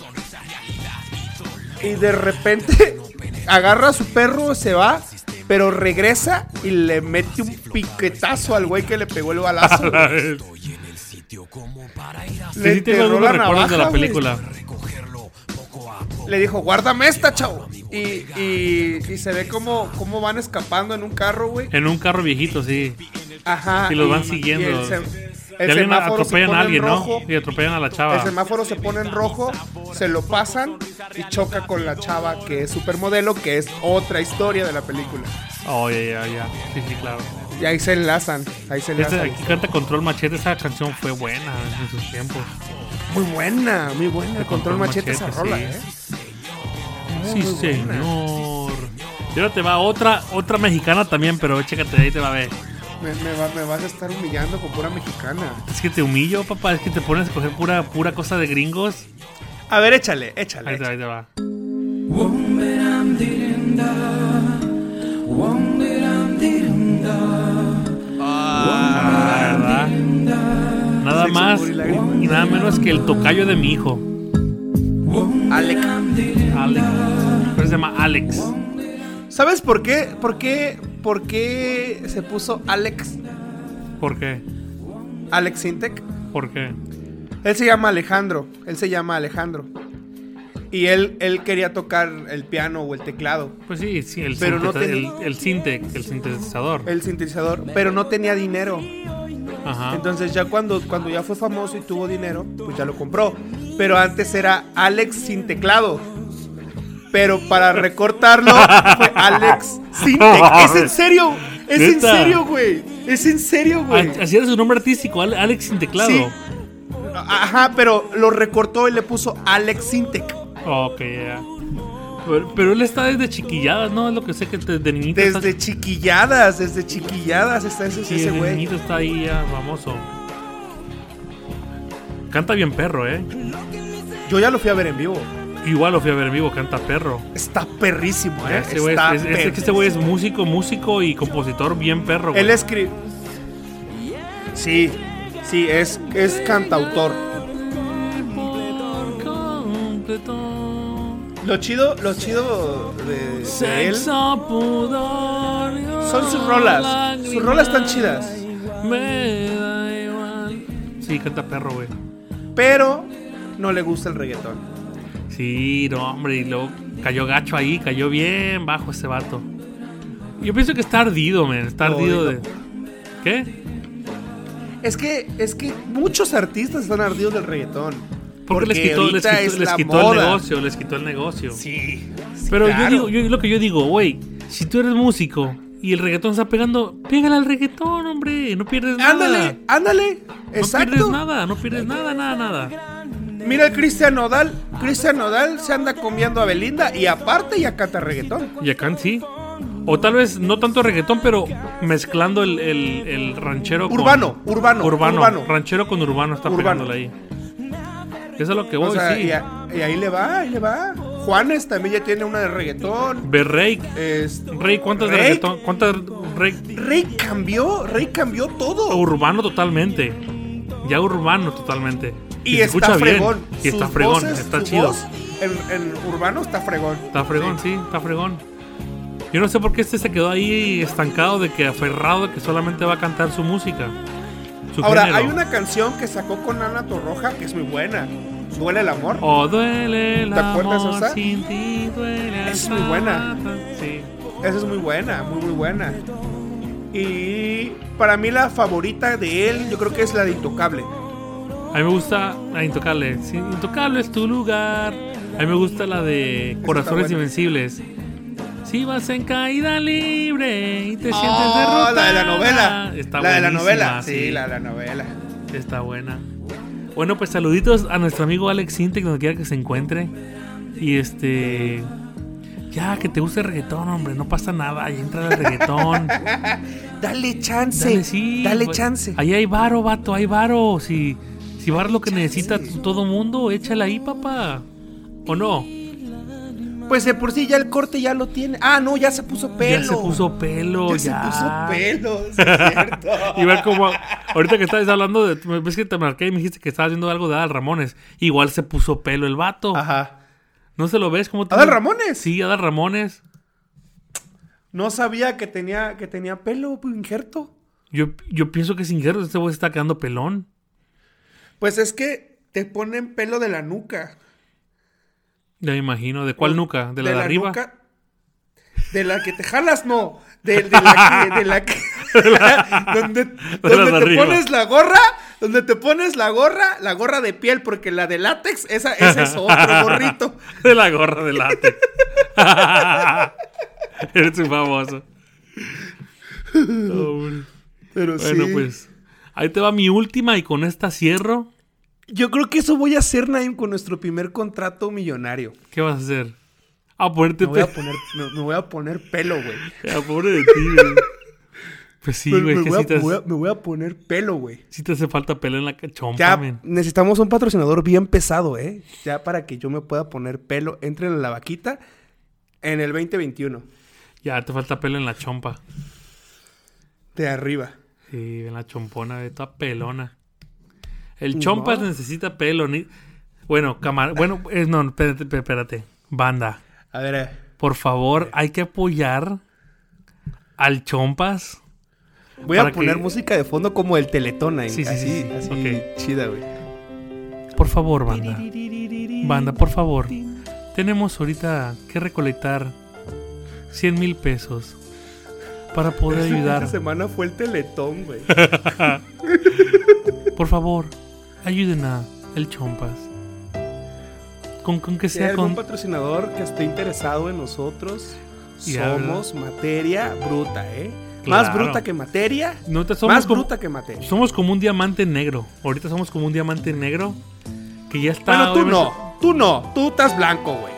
Speaker 4: Y de repente agarra a su perro, se va, pero regresa y le mete un piquetazo al güey que le pegó el balazo.
Speaker 5: sí,
Speaker 4: Le
Speaker 5: sí tengo
Speaker 4: enterró
Speaker 5: algunos recuerdos
Speaker 4: la
Speaker 5: de
Speaker 4: navaja,
Speaker 5: la
Speaker 4: güey.
Speaker 5: película.
Speaker 4: Le dijo, guárdame esta, chavo. Y, y- y se ve como, como van escapando en un carro, güey.
Speaker 5: En un carro viejito, sí.
Speaker 4: Ajá.
Speaker 5: Y los van siguiendo.
Speaker 4: Ah, el se-
Speaker 5: Y
Speaker 4: el
Speaker 5: alguien
Speaker 4: semáforo se
Speaker 5: atropellan
Speaker 4: pone
Speaker 5: a
Speaker 4: en
Speaker 5: alguien,
Speaker 4: rojo,
Speaker 5: ¿no? Y atropellan a la
Speaker 4: El
Speaker 5: chava.
Speaker 4: semáforo se pone en rojo, se lo pasan y choca con la chava que es supermodelo, que es otra historia de la película.
Speaker 5: Oh, ya, ya, ya. Sí, sí, claro.
Speaker 4: Y ahí se enlazan, ahí se
Speaker 5: Este,
Speaker 4: enlazan.
Speaker 5: aquí canta Control Machete. Esa canción fue buena en sus tiempos.
Speaker 4: Muy buena, muy buena. El control machete esa rola,
Speaker 5: sí.
Speaker 4: ¿eh?
Speaker 5: Sí, señor. Y ahora te va otra, otra mexicana también, pero chécate, ahí te va a ver.
Speaker 4: Me, me va- me vas a estar humillando con pura mexicana.
Speaker 5: Es que te humillo, papá. Es que te pones a escoger pura, pura cosa de gringos.
Speaker 4: A ver, échale, échale.
Speaker 5: Ahí te va, ahí te va. Ah, ¿verdad? Nada
Speaker 4: Sexo,
Speaker 5: más
Speaker 4: amor y lágrimas.
Speaker 5: y nada menos que el tocayo de mi hijo,
Speaker 4: Alec.
Speaker 5: Alex. Pero se llama Alex.
Speaker 4: ¿Sabes por qué? ¿Por qué? ¿Por qué se puso Alex?
Speaker 5: ¿Por qué?
Speaker 4: Alex Sintec.
Speaker 5: ¿Por qué?
Speaker 4: Él se llama Alejandro. Él se llama Alejandro. Y él, él quería tocar el piano o el teclado,
Speaker 5: Pues sí, sí, el,
Speaker 4: Pero no
Speaker 5: sintetiza-
Speaker 4: tenía-
Speaker 5: el, el sinte- el sintetizador.
Speaker 4: el sintetizador, pero no tenía dinero.
Speaker 5: Ajá.
Speaker 4: Entonces ya cuando, cuando ya fue famoso y tuvo dinero, pues ya lo compró. Pero antes era Alex sin teclado. Pero para recortarlo fue Alex sin teclado. Es en serio, es en
Speaker 5: Neta.
Speaker 4: serio, güey. Es en serio, güey.
Speaker 5: Ah, Así era su nombre artístico, Ale- Alex sin teclado.
Speaker 4: Sí. Ajá, pero lo recortó y le puso Alex Sintec.
Speaker 5: Ok, ya. Pero, pero él está desde chiquillada, ¿no? Es lo que sé que desde niñito
Speaker 4: Desde
Speaker 5: está,
Speaker 4: chiquilladas, desde chiquilladas está ese,
Speaker 5: sí,
Speaker 4: ese
Speaker 5: desde
Speaker 4: güey.
Speaker 5: niñito está ahí ya famoso. Canta bien perro, ¿eh?
Speaker 4: Yo ya lo fui a ver en vivo.
Speaker 5: Igual lo fui a ver en vivo, canta perro.
Speaker 4: Está perrísimo, eh.
Speaker 5: Ah, Ese güey
Speaker 4: Está
Speaker 5: es, es- es que este güey es músico, músico y compositor bien perro, güey.
Speaker 4: Él escribe. Sí, sí, es, es cantautor. Lo chido, lo chido de, de él son sus rolas. Sus rolas están chidas.
Speaker 5: Sí, canta perro, güey.
Speaker 4: Pero no le gusta el reggaetón.
Speaker 5: Sí, no, hombre, y luego cayó gacho ahí, cayó bien bajo ese vato. Yo pienso que está ardido, men, está
Speaker 4: Lo
Speaker 5: ardido de...
Speaker 4: odio.
Speaker 5: ¿Qué?
Speaker 4: Es que, es que muchos artistas están ardidos del reggaetón.
Speaker 5: Porque, les quitó, les
Speaker 4: ahorita
Speaker 5: quitó,
Speaker 4: es
Speaker 5: les
Speaker 4: la
Speaker 5: quitó el
Speaker 4: moda.
Speaker 5: negocio, les quitó el negocio.
Speaker 4: Sí. sí,
Speaker 5: Pero
Speaker 4: claro.
Speaker 5: yo digo, yo, lo que yo digo, güey, si tú eres músico y el reggaetón está pegando, pégale al reggaetón, hombre, no pierdes nada.
Speaker 4: Ándale, ándale.
Speaker 5: No
Speaker 4: Exacto.
Speaker 5: pierdes nada, no pierdes nada, nada, nada.
Speaker 4: Mira el Cristian Nodal. Cristian Nodal se anda comiendo a Belinda y aparte ya canta reggaetón.
Speaker 5: Y acá sí. O tal vez no tanto reggaetón, pero mezclando el, el- el ranchero
Speaker 4: Urbano,
Speaker 5: con...
Speaker 4: urbano,
Speaker 5: urbano.
Speaker 4: urbano.
Speaker 5: Ranchero con urbano está
Speaker 4: Urbano.
Speaker 5: pegándole ahí. Eso es lo que
Speaker 4: O
Speaker 5: voy,
Speaker 4: sea,
Speaker 5: sí.
Speaker 4: y, a- y ahí le va, ahí le va. Juanes también ya tiene una de reggaetón.
Speaker 5: Berrey.
Speaker 4: Este,
Speaker 5: Rey, ¿cuántas de
Speaker 4: Rey-
Speaker 5: reggaetón? ¿Cuántas rey?
Speaker 4: Rey cambió, Rey cambió todo.
Speaker 5: Urbano totalmente. Ya urbano totalmente.
Speaker 4: Y,
Speaker 5: se
Speaker 4: está
Speaker 5: escucha bien.
Speaker 4: fregón.
Speaker 5: Y está
Speaker 4: Sus
Speaker 5: fregón,
Speaker 4: voces,
Speaker 5: está
Speaker 4: su
Speaker 5: chido.
Speaker 4: voz en, en urbano está fregón.
Speaker 5: Está fregón, sí, está fregón. Yo no sé por qué este se quedó ahí estancado de que aferrado de que solamente va a cantar su música. Su
Speaker 4: Ahora,
Speaker 5: género.
Speaker 4: hay una canción que sacó con Ana Torroja que es muy buena. Duele el amor.
Speaker 5: Oh, duele el
Speaker 4: ¿Te acuerdas
Speaker 5: amor
Speaker 4: esa?
Speaker 5: sin ti, duele
Speaker 4: Es
Speaker 5: el
Speaker 4: muy buena.
Speaker 5: corazón. Sí.
Speaker 4: Esa es muy buena, muy, muy buena. Y para mí la favorita de él, yo creo que es la de Intocable.
Speaker 5: A mí me gusta la Intocable. Sí, Intocable es tu lugar. A mí me gusta la de Corazones
Speaker 4: buena.
Speaker 5: Invencibles. Si vas en caída libre y te
Speaker 4: Oh,
Speaker 5: sientes derrotada.
Speaker 4: la de la novela.
Speaker 5: Está
Speaker 4: la de la
Speaker 5: buenísima,
Speaker 4: novela. Sí, la de la novela.
Speaker 5: Está buena. Bueno, pues saluditos a nuestro amigo Alex Sintek, donde quiera que se encuentre. Y este. Ya, que te guste el reggaetón, hombre. No pasa nada. Ahí entra el reggaetón.
Speaker 4: Dale chance.
Speaker 5: Dale, sí, güey. Ahí hay varo, vato. Hay varo. Si, si varo es lo que necesita t- todo mundo, échala ahí, papá. ¿O no?
Speaker 4: Pues de por sí ya el corte ya lo tiene. Ah, no, ya se puso pelo.
Speaker 5: Ya se puso pelo.
Speaker 4: Ya
Speaker 5: Ya,
Speaker 4: se puso pelo, sí, es cierto.
Speaker 5: Igual como ahorita que estabas hablando de ves que te marqué y me dijiste que estabas viendo algo de Adal Ramones, igual se puso pelo el vato.
Speaker 4: Ajá.
Speaker 5: ¿No se lo ves como
Speaker 4: ¿Adal Ramones?
Speaker 5: Sí, Adal Ramones.
Speaker 4: No sabía que tenía, que tenía pelo, injerto.
Speaker 5: Yo, yo pienso que sin guerra este güey se está quedando pelón.
Speaker 4: Pues es que te ponen pelo de la nuca.
Speaker 5: Ya me imagino. ¿De cuál nuca? ¿De la de, arriba?
Speaker 4: Pues, nuca- de la que te jalas, no. De, de la que. De la que donde donde
Speaker 5: de
Speaker 4: te
Speaker 5: arriba.
Speaker 4: pones la gorra. Donde te pones la gorra, la gorra de piel, porque la de látex, esa, ese es otro gorrito.
Speaker 5: De la gorra de látex. Eres un famoso. Oh, bueno,
Speaker 4: Pero
Speaker 5: Bueno,
Speaker 4: sí.
Speaker 5: pues. Ahí te va mi última y con esta cierro.
Speaker 4: Yo creo que eso voy a hacer, Naim, con nuestro primer contrato millonario.
Speaker 5: ¿Qué vas a hacer? A ponerte
Speaker 4: Me voy a
Speaker 5: pe-
Speaker 4: poner, me, me voy a poner pelo, güey.
Speaker 5: Ah, pobre de ti, güey. Pues sí,
Speaker 4: Me,
Speaker 5: güey,
Speaker 4: me
Speaker 5: que
Speaker 4: voy
Speaker 5: sí
Speaker 4: a-
Speaker 5: te,
Speaker 4: voy a- me voy a poner pelo, güey.
Speaker 5: sí te hace falta pelo en la cachompa,
Speaker 4: Ya
Speaker 5: men.
Speaker 4: necesitamos un patrocinador bien pesado, ¿eh? Ya para que yo me pueda poner pelo. Entren en la vaquita en el 2021.
Speaker 5: Ya te falta pelo en la chompa.
Speaker 4: De arriba.
Speaker 5: Sí, en la chompona, de toda pelona. El chompas necesita pelo. ni- Bueno, cámara. Bueno, eh, no, espérate, espérate, espérate. Banda,
Speaker 4: A ver, eh,
Speaker 5: por favor, hay que apoyar al chompas.
Speaker 4: voy a
Speaker 5: Para que-
Speaker 4: poner música de fondo como el Teletón ahí.
Speaker 5: Sí, sí,
Speaker 4: así,
Speaker 5: sí, sí.
Speaker 4: así
Speaker 5: Ok.
Speaker 4: chida, güey.
Speaker 5: Por favor, banda. Banda, por favor. Tenemos ahorita que recolectar 100 mil pesos para poder ayudar.
Speaker 4: Esta semana fue el Teletón, güey.
Speaker 5: Por favor, ayuden a el chompas. Con, con que
Speaker 4: Si hay
Speaker 5: sea
Speaker 4: algún
Speaker 5: con...
Speaker 4: patrocinador que esté interesado en nosotros,
Speaker 5: Y
Speaker 4: somos materia bruta, ¿eh? Más
Speaker 5: Claro.
Speaker 4: bruta que materia.
Speaker 5: No te somos
Speaker 4: más
Speaker 5: como-
Speaker 4: bruta que materia.
Speaker 5: Somos como un diamante negro. Ahorita somos como un diamante negro que ya está.
Speaker 4: bueno, tú
Speaker 5: obviamente-
Speaker 4: no. Tú no. Tú estás blanco, güey.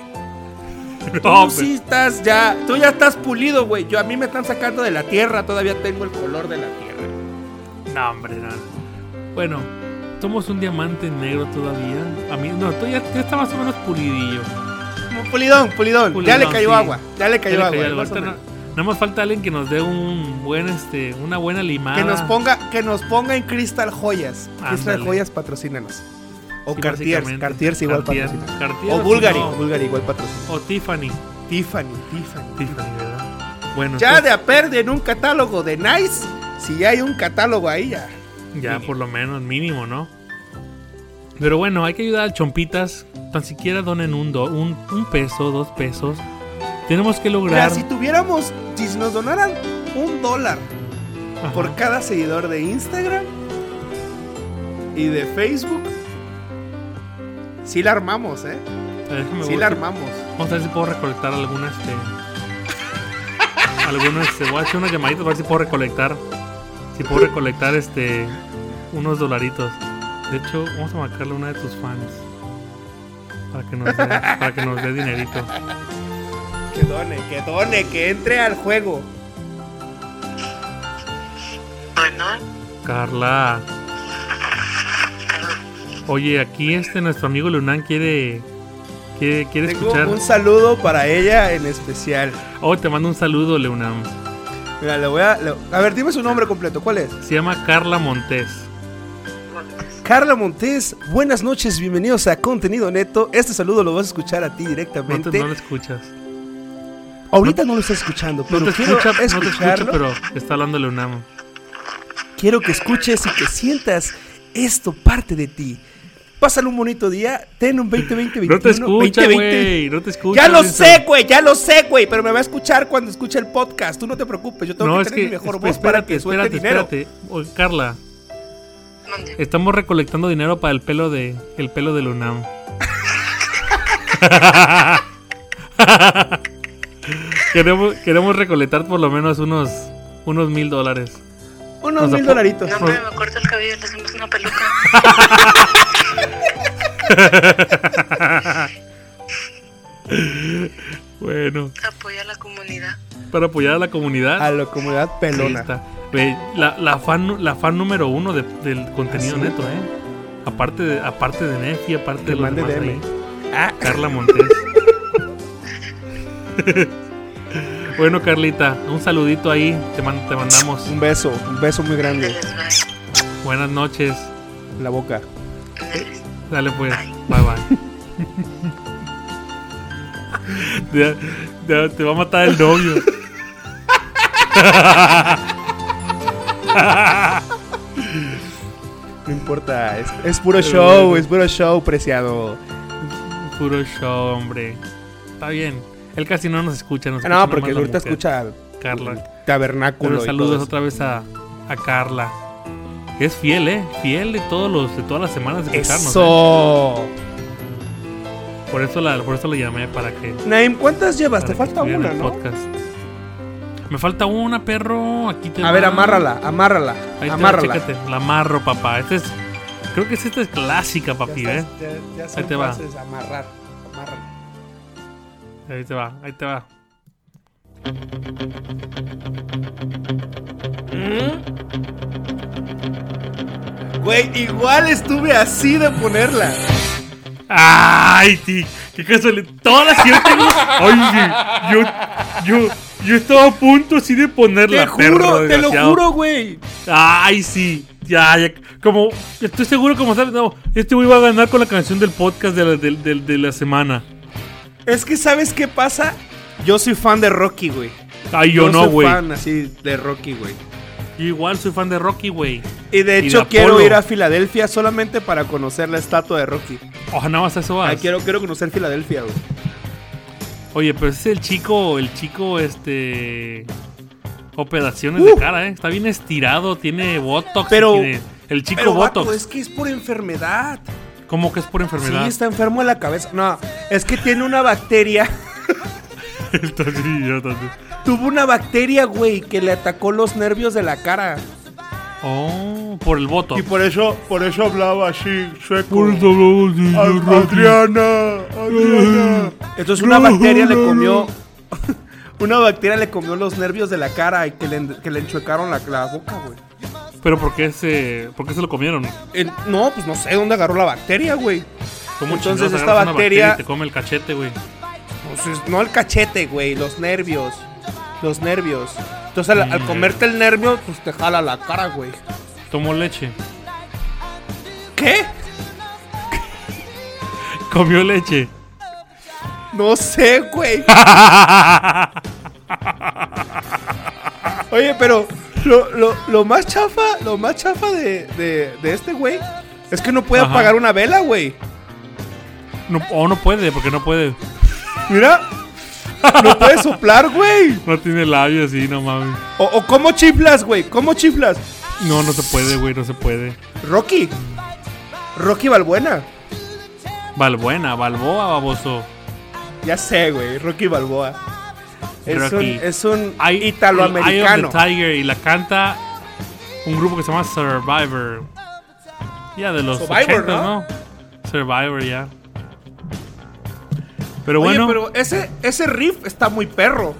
Speaker 4: Tú
Speaker 5: No,
Speaker 4: sí estás ya, tú ya estás pulido, güey. Yo a mí me están sacando de la tierra, todavía tengo el color de la tierra.
Speaker 5: hombre, no, hombre, no. Bueno, somos un diamante negro todavía. A mí, no, tú ya, ya está más o menos pulidillo.
Speaker 4: Como Pulidón, pulidón,
Speaker 5: Pulidón,
Speaker 4: ya le cayó
Speaker 5: sí.
Speaker 4: agua, ya le cayó
Speaker 5: Ya le
Speaker 4: agua.
Speaker 5: cayó algo.
Speaker 4: más o
Speaker 5: Ahorita
Speaker 4: menos.
Speaker 5: no- nada más falta alguien que nos dé un buen, este, una buena limada.
Speaker 4: Que nos ponga, que nos ponga en Crystal Joyas. Crystal
Speaker 5: Ah. Ándale.
Speaker 4: Joyas patrocínanos. O
Speaker 5: Sí,
Speaker 4: Cartier,
Speaker 5: básicamente.
Speaker 4: Cartier igual
Speaker 5: Cartier,
Speaker 4: patrocina.
Speaker 5: Cartier,
Speaker 4: O
Speaker 5: si
Speaker 4: Bulgari,
Speaker 5: no.
Speaker 4: Bulgari igual patrocina.
Speaker 5: O Tiffany.
Speaker 4: Tiffany, Tiffany.
Speaker 5: Tiffany, ¿verdad? Bueno,
Speaker 4: Ya de
Speaker 5: entonces,
Speaker 4: a perder en un catálogo de Nice, si ya hay un catálogo ahí ya.
Speaker 5: ya por lo menos mínimo, ¿no? Pero bueno, hay que ayudar al Chompitas. Tan siquiera donen un, do- un, un peso, dos pesos. Tenemos que
Speaker 4: Mira,
Speaker 5: lograr.
Speaker 4: si tuviéramos, si nos donaran un dólar
Speaker 5: Ajá.
Speaker 4: por cada seguidor de Instagram y de Facebook. Sí la armamos, ¿eh?
Speaker 5: A ver, déjame
Speaker 4: Sí
Speaker 5: ver
Speaker 4: la
Speaker 5: si-
Speaker 4: armamos.
Speaker 5: Vamos a ver si puedo recolectar algunas. Este, algunas. Este, voy a hacer unas llamaditas para ver si puedo recolectar. Si puedo recolectar este. Unos dolaritos. De hecho, vamos a marcarle a una de tus fans. Para que nos dé, para que nos dé dinerito.
Speaker 4: Que done, que done, que entre al juego.
Speaker 5: Carla. Oye, aquí este nuestro amigo Lunan quiere. Quiere, quiere
Speaker 4: Tengo
Speaker 5: escuchar.
Speaker 4: un saludo para ella en especial.
Speaker 5: Oh, te mando un saludo, Leunam.
Speaker 4: Mira, le voy a. le- A ver, dime su nombre completo, ¿cuál es?
Speaker 5: Se llama Carla Montes.
Speaker 2: Montes.
Speaker 4: Carla Montes, buenas noches, bienvenidos a Contenido Neto. Este saludo lo vas a escuchar a ti
Speaker 5: No,
Speaker 4: directamente.
Speaker 5: te- no lo escuchas.
Speaker 4: Ahorita no, lo estás escuchando,
Speaker 5: No
Speaker 4: pero
Speaker 5: te
Speaker 4: quiero
Speaker 5: escucha, no te escucho,
Speaker 4: escucharlo.
Speaker 5: pero está hablando Leonamo.
Speaker 4: Quiero que escuches y que sientas esto parte de ti. Pásale un bonito día, ten un 2020
Speaker 5: No te
Speaker 4: 21,
Speaker 5: escucha,
Speaker 4: 2020.
Speaker 5: güey. No te escucha.
Speaker 4: Ya lo
Speaker 5: Winston.
Speaker 4: sé, güey, ya lo sé, güey, pero me va a escuchar cuando escuche el podcast. Tú no te preocupes, yo tengo
Speaker 5: No,
Speaker 4: que
Speaker 5: es
Speaker 4: tener
Speaker 5: que.
Speaker 4: mi mejor
Speaker 5: esp-
Speaker 4: voz para
Speaker 5: espérate,
Speaker 4: que suelte
Speaker 5: espérate,
Speaker 4: dinero.
Speaker 5: espérate. Oye, Carla, estamos recolectando dinero para el pelo de. El pelo de Lunam. queremos, queremos recolectar por lo menos unos. Unos mil dólares.
Speaker 4: Unos
Speaker 5: O sea,
Speaker 4: mil
Speaker 5: po-
Speaker 4: dolaritos.
Speaker 7: No, hombre, me corto el cabello y le hacemos una peluca.
Speaker 5: Bueno,
Speaker 7: Apoya a la comunidad.
Speaker 5: para apoyar a la comunidad.
Speaker 4: A la comunidad
Speaker 5: Ahí
Speaker 4: pelona.
Speaker 5: está. Güey, la, la fan, nu- la fan número uno de- del contenido
Speaker 4: Así es.
Speaker 5: neto, ¿eh? Aparte de, aparte de Nefi, aparte
Speaker 4: ¿Ah, Que
Speaker 5: de los
Speaker 4: mande
Speaker 5: demás
Speaker 4: DM. Ah.
Speaker 5: ahí. Carla Montes. bueno, Carlita, un saludito ahí. Te, man- te mandamos.
Speaker 4: Un beso, un beso muy grande
Speaker 7: Ándeles, bye.
Speaker 5: Buenas noches.
Speaker 4: en la boca.
Speaker 7: Ándeles.
Speaker 5: Dale pues. Bye bye. Ya- ya te va a matar el novio.
Speaker 4: No importa, es, es puro show, es puro show, preciado. Ah,
Speaker 5: Puro show, hombre. Está bien. Él casi no nos escucha. Nos escucha
Speaker 4: No,
Speaker 5: nomás
Speaker 4: porque
Speaker 5: la
Speaker 4: ahorita
Speaker 5: mujer.
Speaker 4: escucha
Speaker 5: Carla.
Speaker 4: tabernáculo.
Speaker 5: Pero
Speaker 4: y
Speaker 5: saludos
Speaker 4: todo eso.
Speaker 5: otra vez a, a Carla. Que es fiel, ¿eh? Fiel de, todos los, de todas las semanas de escucharnos.
Speaker 4: Eso.
Speaker 5: ¿eh? Por, eso la, por eso la llamé para que.
Speaker 4: Naim, ¿cuántas llevas?
Speaker 5: para
Speaker 4: Te
Speaker 5: que
Speaker 4: falta
Speaker 5: estuviera en
Speaker 4: una,
Speaker 5: el
Speaker 4: ¿no?
Speaker 5: podcast. Me falta una, perro. Aquí te
Speaker 4: A ver,
Speaker 5: va.
Speaker 4: amárrala, amárrala,
Speaker 5: Ahí te va,
Speaker 4: amárrala.
Speaker 5: chécate. La amarro, papá. Esta es. Creo que esta es clásica, papi, ¿eh? Ahí te va. frases,
Speaker 4: Amarrar, amárrala.
Speaker 5: Ahí te va, ahí te va.
Speaker 4: Güey, igual estuve así de ponerla.
Speaker 5: ¡Ay, ti! ¡Qué casualidad! Todas las siete, güey. ¡Ay, sí! Yo, yo, yo estaba a punto así de ponerla,
Speaker 4: Te
Speaker 5: perro,
Speaker 4: juro, te lo
Speaker 5: desgraciado.
Speaker 4: juro, güey.
Speaker 5: ¡Ay, sí! Ya, ya. Como, estoy seguro, como sabes, no, este güey va a ganar con la canción del podcast de la, del- del- de la semana.
Speaker 4: Es que, ¿sabes qué pasa? Yo soy fan de Rocky, güey.
Speaker 5: ¡Ay, yo no,
Speaker 4: soy
Speaker 5: güey!
Speaker 4: fan así de Rocky, güey.
Speaker 5: Yo igual soy fan de Rocky, güey.
Speaker 4: Y de
Speaker 5: Y
Speaker 4: hecho
Speaker 5: de
Speaker 4: quiero
Speaker 5: Apolo.
Speaker 4: ir a Filadelfia solamente para conocer la estatua de Rocky.
Speaker 5: Ojalá nada más a eso vas.
Speaker 4: Ah, quiero, quiero conocer Filadelfia, güey.
Speaker 5: Oye, pero ese es el chico, el chico, este. Operaciones
Speaker 4: Uh.
Speaker 5: de cara, ¿eh? Está bien estirado, tiene botox.
Speaker 4: Pero-
Speaker 5: tiene- el chico
Speaker 4: Pero vato,
Speaker 5: botox.
Speaker 4: es que es por enfermedad.
Speaker 5: ¿Cómo que es por enfermedad?
Speaker 4: Sí, está enfermo de la cabeza. No, es que tiene una bacteria.
Speaker 5: Está así, yo también.
Speaker 4: Tuvo una bacteria, güey, que le atacó los nervios de la cara.
Speaker 5: Oh, por el voto.
Speaker 4: por eso, por eso hablaba así,
Speaker 5: Por
Speaker 4: sueco.
Speaker 5: eso hablamos de
Speaker 4: Ah,
Speaker 5: Rocky. Adriana.
Speaker 4: Entonces una bacteria le comió. Una bacteria le comió los nervios de la cara y que le, que le enchuecaron la, la boca, güey.
Speaker 5: Pero ¿por qué se, por qué se lo comieron?
Speaker 4: Eh, no, pues no sé dónde agarró la bacteria, güey.
Speaker 5: ¿Cómo
Speaker 4: Entonces,
Speaker 5: chingados
Speaker 4: esta
Speaker 5: agarras una
Speaker 4: bacteria-
Speaker 5: y te come el cachete, güey.
Speaker 4: Pues es- no el cachete, güey, los nervios. Los nervios. Entonces al, al comerte el nervio, pues te jala la cara, güey.
Speaker 5: Tomó leche.
Speaker 4: ¿Qué?
Speaker 5: Comió leche.
Speaker 4: No sé, güey. Oye, pero lo, lo- lo más chafa, lo más chafa de, de- de este güey es que no puede
Speaker 5: Ajá.
Speaker 4: apagar una vela, güey.
Speaker 5: No, o no puede, porque no puede.
Speaker 4: Mira, no puede soplar, güey.
Speaker 5: No tiene labios y no mames.
Speaker 4: O, o cómo chiflas, güey, cómo chiflas.
Speaker 5: No, no se puede, güey, no se puede.
Speaker 4: Rocky. Rocky Balbuena.
Speaker 5: Balbuena, Balboa, baboso.
Speaker 4: Ya sé, güey, Rocky Balboa. Es
Speaker 5: Rocky.
Speaker 4: un, es un
Speaker 5: Hay- el
Speaker 4: italoamericano.
Speaker 5: Eye of the Tiger y la canta un grupo que se llama Survivor. Ya de los 80,
Speaker 4: Survivor, ¿no?
Speaker 5: ¿no? Survivor, ya. Pero
Speaker 4: Oye,
Speaker 5: bueno,
Speaker 4: pero ese, ese riff está muy perro.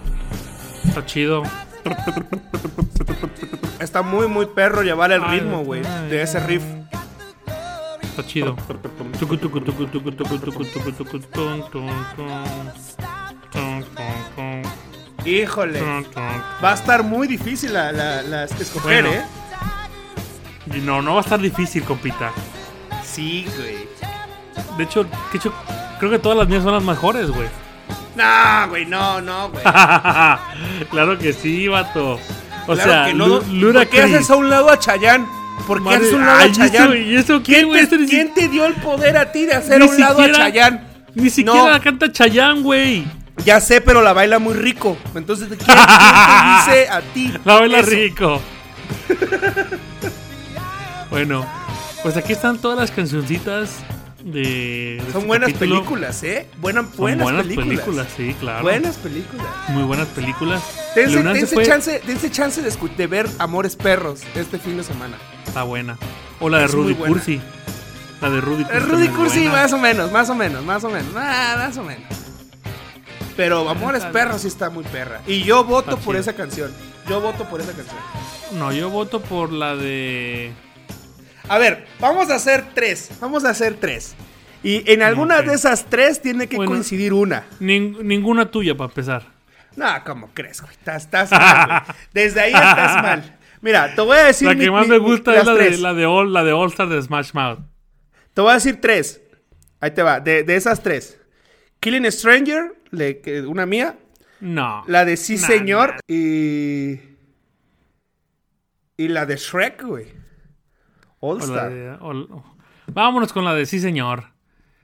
Speaker 5: está chido.
Speaker 4: Está muy, muy perro llevar el
Speaker 5: Ay,
Speaker 4: ritmo, güey,
Speaker 5: ay,
Speaker 4: de ese riff.
Speaker 5: Está chido. Tucu, tucu, tucu, tucu, tucu, tucu, tucu, tucu, tun, tun, tun. Tun, tun,
Speaker 4: Híjole.
Speaker 5: tun, tun, tun.
Speaker 4: Va a estar muy difícil la, la, la escoger,
Speaker 5: Bueno.
Speaker 4: ¿eh?
Speaker 5: Yo Y no, no va a estar difícil, compita.
Speaker 4: Sí, güey.
Speaker 5: De hecho, de hecho, creo que todas las mías son las mejores, güey.
Speaker 4: No, güey, no, no, güey.
Speaker 5: claro que sí, vato. O
Speaker 4: Claro
Speaker 5: sea,
Speaker 4: que
Speaker 5: Lu- Lura
Speaker 4: ¿Por qué
Speaker 5: Chris.
Speaker 4: haces a un lado a Chayán? ¿Por qué
Speaker 5: Madre-
Speaker 4: haces a un lado
Speaker 5: Ay,
Speaker 4: a
Speaker 5: ¿y eso-
Speaker 4: Chayán?
Speaker 5: ¿Y eso qué,
Speaker 4: ¿Quién,
Speaker 5: güey? Esto
Speaker 4: te,
Speaker 5: ni si-
Speaker 4: quién te dio el poder a ti de hacer a
Speaker 5: ni
Speaker 4: un lado a
Speaker 5: siquiera-
Speaker 4: Chayán?
Speaker 5: Ni siquiera
Speaker 4: No.
Speaker 5: la canta Chayán, güey.
Speaker 4: Ya sé, pero la baila muy rico. Entonces, ¿quién, quién te dice a ti?
Speaker 5: La baila
Speaker 4: eso?
Speaker 5: rico. bueno, pues aquí están todas las cancioncitas de. de
Speaker 4: Son
Speaker 5: este
Speaker 4: buenas
Speaker 5: capítulo.
Speaker 4: películas, ¿eh? Buenas,
Speaker 5: Son
Speaker 4: buenas,
Speaker 5: buenas
Speaker 4: películas.
Speaker 5: películas, sí, claro.
Speaker 4: Buenas películas.
Speaker 5: Muy buenas películas.
Speaker 4: Dense,
Speaker 5: Leonardo
Speaker 4: dense
Speaker 5: fue-
Speaker 4: chance, dense chance de, escu- de ver Amores Perros este fin de semana.
Speaker 5: Está buena. O la de
Speaker 4: Es muy
Speaker 5: Rudy
Speaker 4: buena.
Speaker 5: Cursi. La de Rudy Cursi.
Speaker 4: Eh, Rudy
Speaker 5: también es
Speaker 4: Cursi,
Speaker 5: buena.
Speaker 4: más o menos, más o menos, más o menos, ah, más o menos. Pero Amores
Speaker 5: Está
Speaker 4: Perros sí está muy perra. Y yo voto
Speaker 5: Está
Speaker 4: por
Speaker 5: chida.
Speaker 4: esa canción. Yo voto por esa canción.
Speaker 5: No, yo voto por la de.
Speaker 4: A ver, vamos a hacer tres. Vamos a hacer tres. Y en alguna
Speaker 5: Ok.
Speaker 4: de esas tres tiene que
Speaker 5: Bueno.
Speaker 4: coincidir una.
Speaker 5: Nin- ninguna tuya, para empezar.
Speaker 4: No, ¿cómo crees, güey? Estás, estás mal, güey. Desde ahí estás mal. Mira, te voy a decir.
Speaker 5: la
Speaker 4: mi-
Speaker 5: que más
Speaker 4: mi-
Speaker 5: me
Speaker 4: mi-
Speaker 5: gusta
Speaker 4: las
Speaker 5: es la de,
Speaker 4: tres.
Speaker 5: la, de All, la de All Star de Smash Mouth.
Speaker 4: Te voy a decir tres. Ahí te va. De, de esas tres. Killing a Stranger, le- que- una mía.
Speaker 5: No.
Speaker 4: La de Sí
Speaker 5: Nah,
Speaker 4: Señor y... Y la de Shrek, güey.
Speaker 5: O
Speaker 4: All
Speaker 5: la
Speaker 4: Star.
Speaker 5: de- o la- Vámonos con la de sí, señor.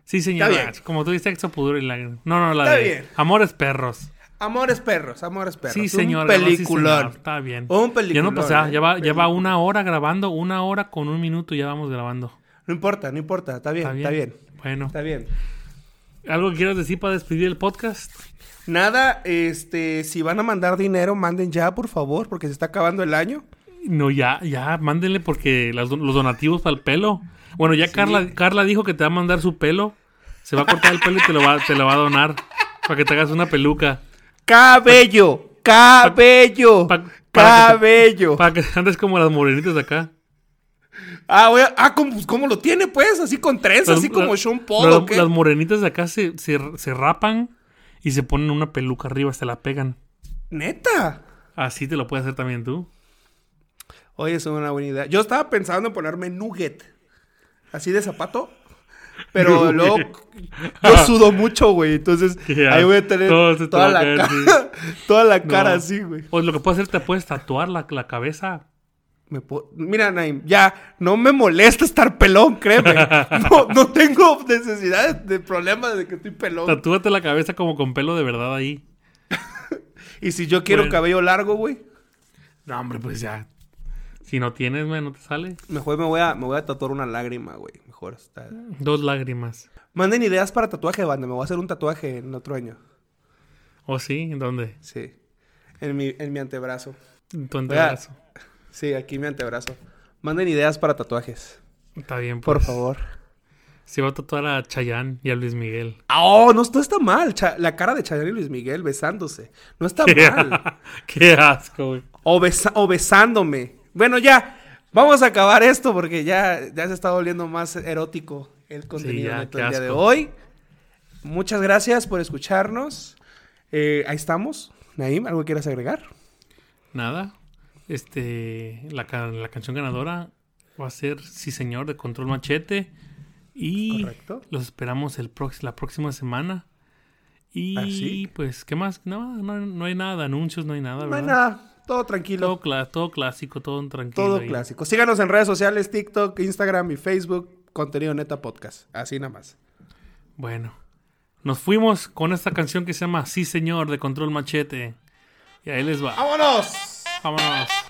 Speaker 5: Sí, señor.
Speaker 4: Está bien.
Speaker 5: Ah, Como tú dices, sexo, pudor y lágrimas. No, no, la
Speaker 4: Está
Speaker 5: de
Speaker 4: bien.
Speaker 5: Amores Perros.
Speaker 4: Amores Perros, Amores Perros.
Speaker 5: Sí, señor.
Speaker 4: Un
Speaker 5: ganó, sí,
Speaker 4: peliculón.
Speaker 5: señor. Está bien.
Speaker 4: Un
Speaker 5: Ya no
Speaker 4: peliculón,
Speaker 5: pasa,
Speaker 4: eh,
Speaker 5: ya, va, ya va
Speaker 4: peliculón.
Speaker 5: una hora grabando, una hora con un minuto ya vamos grabando.
Speaker 4: No importa, no importa. Está bien,
Speaker 5: Está bien.
Speaker 4: está bien.
Speaker 5: Bueno,
Speaker 4: Está bien.
Speaker 5: ¿algo que quieras decir para despedir el podcast?
Speaker 4: Nada, este, si van a mandar dinero, manden ya, por favor, porque se está acabando el año.
Speaker 5: No, ya, ya, mándenle porque las don- los donativos para el pelo. Bueno, ya Carla, Carla dijo que te va a mandar su pelo. Se va a cortar el pelo y te lo va, te lo va a donar para que te hagas una peluca.
Speaker 4: Cabello, cabello,
Speaker 5: Pa- para que te-
Speaker 4: cabello.
Speaker 5: Para que andes como las morenitas de acá.
Speaker 4: Ah, voy a- ah, ¿cómo, cómo lo tiene, pues? Así con trenzas,
Speaker 5: Las-
Speaker 4: así como
Speaker 5: la-
Speaker 4: Sean Paul.
Speaker 5: la-
Speaker 4: ¿o qué?
Speaker 5: Las morenitas de acá se, se, se rapan y se ponen una peluca arriba, se la pegan.
Speaker 4: Neta.
Speaker 5: Así te lo puedes hacer también tú.
Speaker 4: Oye, es una buena idea. Yo estaba pensando en ponerme nugget. Así de zapato. Pero
Speaker 5: Nugget.
Speaker 4: luego yo sudo mucho, güey. Entonces
Speaker 5: Qué
Speaker 4: ahí voy a tener
Speaker 5: todo se te
Speaker 4: toda,
Speaker 5: va a
Speaker 4: la
Speaker 5: caer,
Speaker 4: cara, toda la cara así, güey.
Speaker 5: O lo que puedes hacer, te puedes tatuar la, la cabeza.
Speaker 4: Me po- Mira, Naim, ya, no me molesta estar pelón, créeme. No, no tengo necesidad de, de problema de que estoy pelón.
Speaker 5: Tatúate la cabeza como con pelo de verdad ahí.
Speaker 4: Y si yo quiero
Speaker 5: Bueno.
Speaker 4: cabello largo, güey,
Speaker 5: No, hombre, pues ya. Si no tienes, güey, no te sale.
Speaker 4: mejor me voy a, me voy a tatuar una lágrima, güey. Mejor está.
Speaker 5: Dos lágrimas.
Speaker 4: Manden ideas para tatuaje, banda. Me voy a hacer un tatuaje en otro año.
Speaker 5: ¿O sí? ¿En dónde?
Speaker 4: Sí. En mi, en mi antebrazo.
Speaker 5: En tu antebrazo.
Speaker 4: Sí, aquí mi antebrazo. Manden ideas para tatuajes,
Speaker 5: Está bien,
Speaker 4: por
Speaker 5: pues.
Speaker 4: favor.
Speaker 5: Se va a tatuar a Chayanne y a Luis Miguel.
Speaker 4: Oh, no, no está mal. Cha- la cara de Chayanne y Luis Miguel besándose. No está mal.
Speaker 5: Qué asco, güey.
Speaker 4: O, besa- o besándome. Bueno, ya. Vamos a acabar esto porque ya, ya se está volviendo más erótico el contenido
Speaker 5: ya,
Speaker 4: neto
Speaker 5: qué
Speaker 4: del día de
Speaker 5: asco.
Speaker 4: hoy. Muchas gracias por escucharnos. Eh, ahí estamos. Naim, ¿algo quieras agregar?
Speaker 5: Nada. Este, la, ca- la canción ganadora va a ser Sí Señor de Control Machete. Y
Speaker 4: Correcto.
Speaker 5: los esperamos el prox- la próxima semana. Y
Speaker 4: Así.
Speaker 5: pues, ¿qué más? No, no, no hay nada de anuncios, no hay nada,
Speaker 4: No hay
Speaker 5: ¿verdad?
Speaker 4: nada. Todo tranquilo.
Speaker 5: Todo, cla- todo clásico, todo tranquilo.
Speaker 4: Todo
Speaker 5: ahí.
Speaker 4: clásico. Síganos en redes sociales, TikTok, Instagram y Facebook, contenido neta podcast. Así nada más.
Speaker 5: Bueno, nos fuimos con esta canción que se llama Sí Señor de Control Machete. Y ahí les va.
Speaker 4: ¡Vámonos!
Speaker 5: Vámonos.
Speaker 1: Mm,